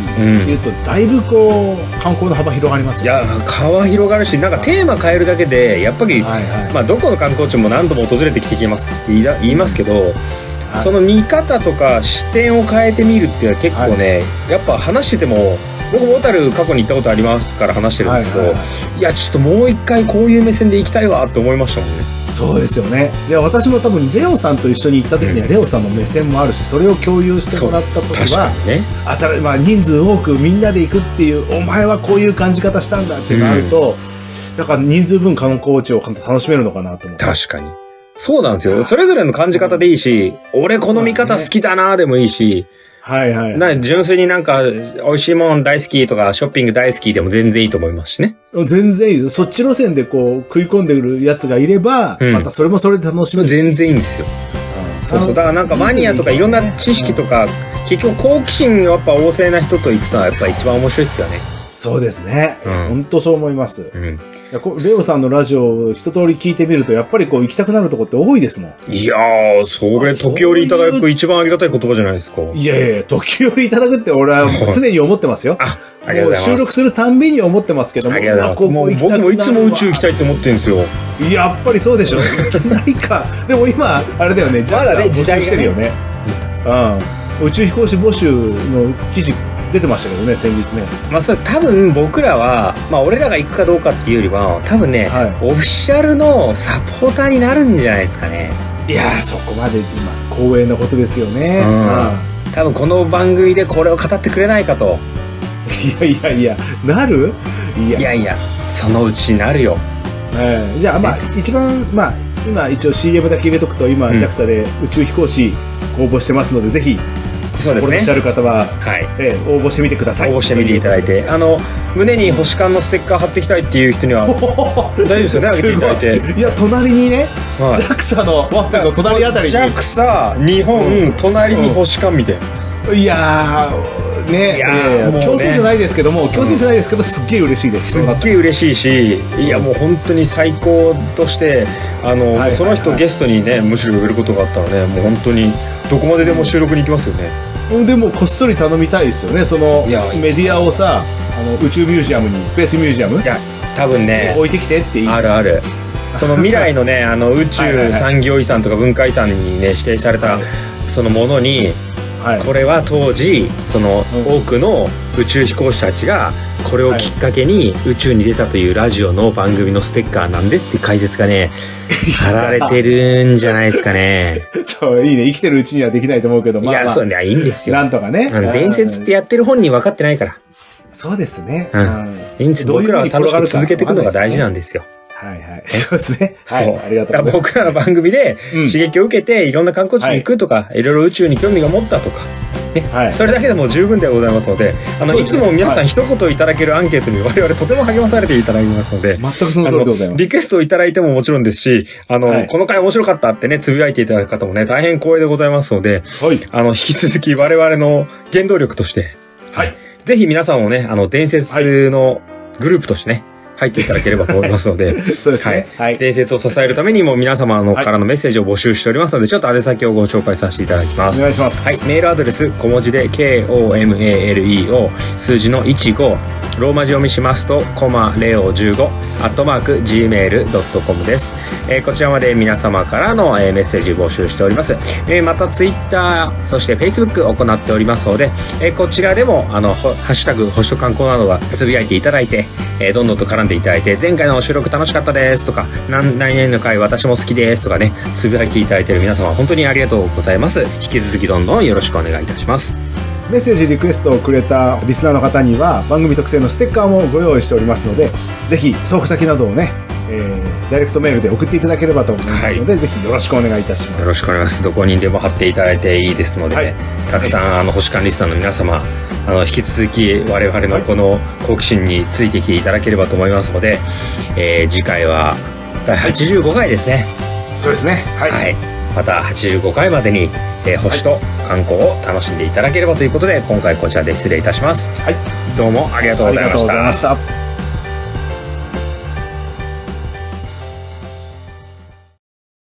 C: いうと、だいぶこう観光の幅広がります
B: い
C: よ
B: や
C: ね。、
B: 川広がるし、なんかテーマ変えるだけで、やっぱり、
C: はいはい。
B: まあ、どこの観光地も何度も訪れてきてきます言いだ言いますけど、
C: はい
B: その見方とか視点を変えてみるっていうのは結構ね、やっぱ話してても僕も小樽過去に行ったことありますから話してるんですけど、
C: はい
B: い
C: はいは
B: やちょっともう一回こういう目線で行きたいわって思いましたもんね
C: そうですよね。いや、私も多分レオさんと一緒に行った時には、
B: う
C: レオさんの目線もあるし、それを共有してもらった時
B: 確か
C: は、
B: にね
C: 新まあ、人数多くみんなで行くっていうお前はこういう感じ方したんだってなると、だから人数分観光地を楽しめるのかなと思って
B: 確かにそうなんですよそれぞれの感じ方でいいし俺この見方好きだなでもいいし、
C: はいはい
B: な純粋になんか美味しいもん大好きとかショッピング大好きでも全然いいと思いますしね
C: 全然いいですよそっち路線でこう食い込んでくるやつがいれば、
B: うん
C: またそれもそれで楽しめる
B: 全然いいんですよそうそうだからなんかマニアとかいろんな知識とか結局好奇心がやっぱ旺盛な人と行くのはやっぱ一番面白いですよね。
C: そうですね、
B: うん
C: 本当そう思います、
B: うん。
C: やこうレオさんのラジオを一通り聞いてみると、やっぱりこう行きたくなるとこって多いですもん。
B: いやー、それ時折いただく一番ありがたい言葉じゃないですか。
C: いやいやいや、時折いただくって俺は常に思って ますよ。
B: あ、ありが
C: もう
B: とうござ
C: 収
B: いま
C: 録
B: す。
C: するたんびに思ってますけども、
B: ありがとうござい
C: あここ
B: ます。もう僕もいつも宇宙行きたいと思ってるんですよ。
C: い。やっぱりそうでし ょ。行けないか。でも今、あれだよね、ジャ
B: まだね
C: ね、募
B: 時代が
C: 集して
B: ね
C: るよね。うん。宇宙飛行士募集の記事出てましたけどね、先日ね。
B: まあそれ多分僕らは、まあ俺らが行くかどうかっていうよりは、多分ね、
C: はい
B: オフィシャルのサポーターになるんじゃないですかね。
C: いやー、そこまで今、光栄なことですよね。
B: う
C: う
B: ん
C: ん
B: 多分この番組でこれを語ってくれないかと。
C: いやいやいや、なるいや
B: いやいや、そのうちなるよ。
C: えーじゃあ、まあ、一番、まあ、今一応 CM だけ入れとくと、今、
B: うん
C: JAXA で宇宙飛行士応募してますので、ぜひ、
B: そうで
C: こ
B: す
C: れおっ
B: ね
C: し。ゃる方は、
B: はい。
C: えー応募してみてください。
B: 応募してみていただいて、あの、胸に星間のステッカー貼ってきたいっていう人には、
C: おお
B: 大丈夫ですよね、あげていただいて。
C: すごいいや、隣にね、
B: はい
C: JAXA のワッペンの隣あたり
B: ジャクサ日本、
C: う
B: 隣に星間みたいな、
C: に。いやー、ね、
B: いやー
C: えー
B: もうね
C: 強制じゃないですけども、強制じゃないですけど、すっげえ嬉しいです。
B: すっげえ嬉しいしいやもう本当に最高としてあの、
C: いはいはい
B: その人ゲストにねむしろ呼べることがあったらねもう本当にどこまででも収録に行きますよね、
C: でもこっそり頼みたいですよねその
B: いや
C: メディアをさあの宇宙ミュージアムにスペースミュージアム
B: いや多分ね
C: 置いてきてって言い
B: あるあるその未来のねあの宇
C: はいはいは
B: 宙
C: い
B: 産業遺産とか文化遺産にね指定されたそのものに
C: はい
B: これは当時その
C: うん
B: 多くの宇宙飛行士たちがこれをきっかけに宇宙に出たというラジオの番組のステッカーなんですっていう解説 がね貼られてるんじゃないですかね。
C: そういいね生きてるうちにはできないと思うけど
B: い
C: まあ、まあ、
B: やそうねいいんです
C: な
B: よ。
C: んとかね
B: あの伝説ってやってる本人分かってないから。
C: そうですね、
B: うん伝説僕らは楽しく続けていくのが大事なん
C: で
B: ですよ。
C: はいはい そうですねはい
B: そう
C: ありがと
B: だ
C: う
B: から僕らの番組で
C: うん
B: 刺激を受けていろんな観光地に行くとか、い、ろいろ宇宙に興味が持ったとか、ね
C: はい
B: それだけでも十分でございますのであの
C: そう
B: い
C: です
B: つ
C: ね
B: も皆さん一言いただけるアンケートに我々とても励まされていただきますので。
C: 全くその
B: あ
C: 通りでござい
B: の
C: ます
B: リクエストをいただいてももちろんですし、あの、
C: はい
B: この回面白かったってね、つぶやいていただく方もね、大変光栄でございますので、
C: はい
B: あの、引き続き我々の原動力として、
C: はい
B: ぜひ皆さんもね、あの、伝説のグループとしてね、入っていただければと思いますので、
C: そうですねはい、
B: 伝説を支えるためにも皆様の
C: はい
B: からのメッセージを募集しておりますので、ちょっと宛先をご紹介させていただきま
C: お
B: す。
C: 願いします
B: はい、メールアドレス小文字で KOMALEO 数字の15ローマ字読みしますとコマレオ15アットマーク Gmail.com です、えーこちらまで皆様からの、えーメッセージ募集しております、えーまた Twitter そして Facebook を行っておりますので、えーこちらでもあのほハッシュタグ保守観光などがつぶやいていただいて、えーどんどんと絡んでいただいて前回の収録楽しかったですとか何何々の回私も好きですとかねつぶやいていただいている皆様本当にありがとうございます引き続きどんどんよろしくお願いいたします
C: メッセージリクエストをくれたリスナーの方には番組特製のステッカーもご用意しておりますのでぜひ送付先などをね、えーダイレクトメールで送っていただければと思いますので、ぜひよろしくお願いいたします
B: よろしくお願いしますどこにでも貼っていただいていいですので、
C: はい
B: たくさんあの星間リスナーの皆様あの引き続き我々のこの好奇心についてきていただければと思いますので、えー次回は第85回ですね
C: そうですねはい、
B: はい、また85回までに、えー星と観光を楽しんでいただければということで今回こちらで失礼いたします、
C: はい
B: どうもありがとう
C: あ
B: ご
C: りが
B: ざいま
C: とう
B: し
C: ございま
B: た
C: した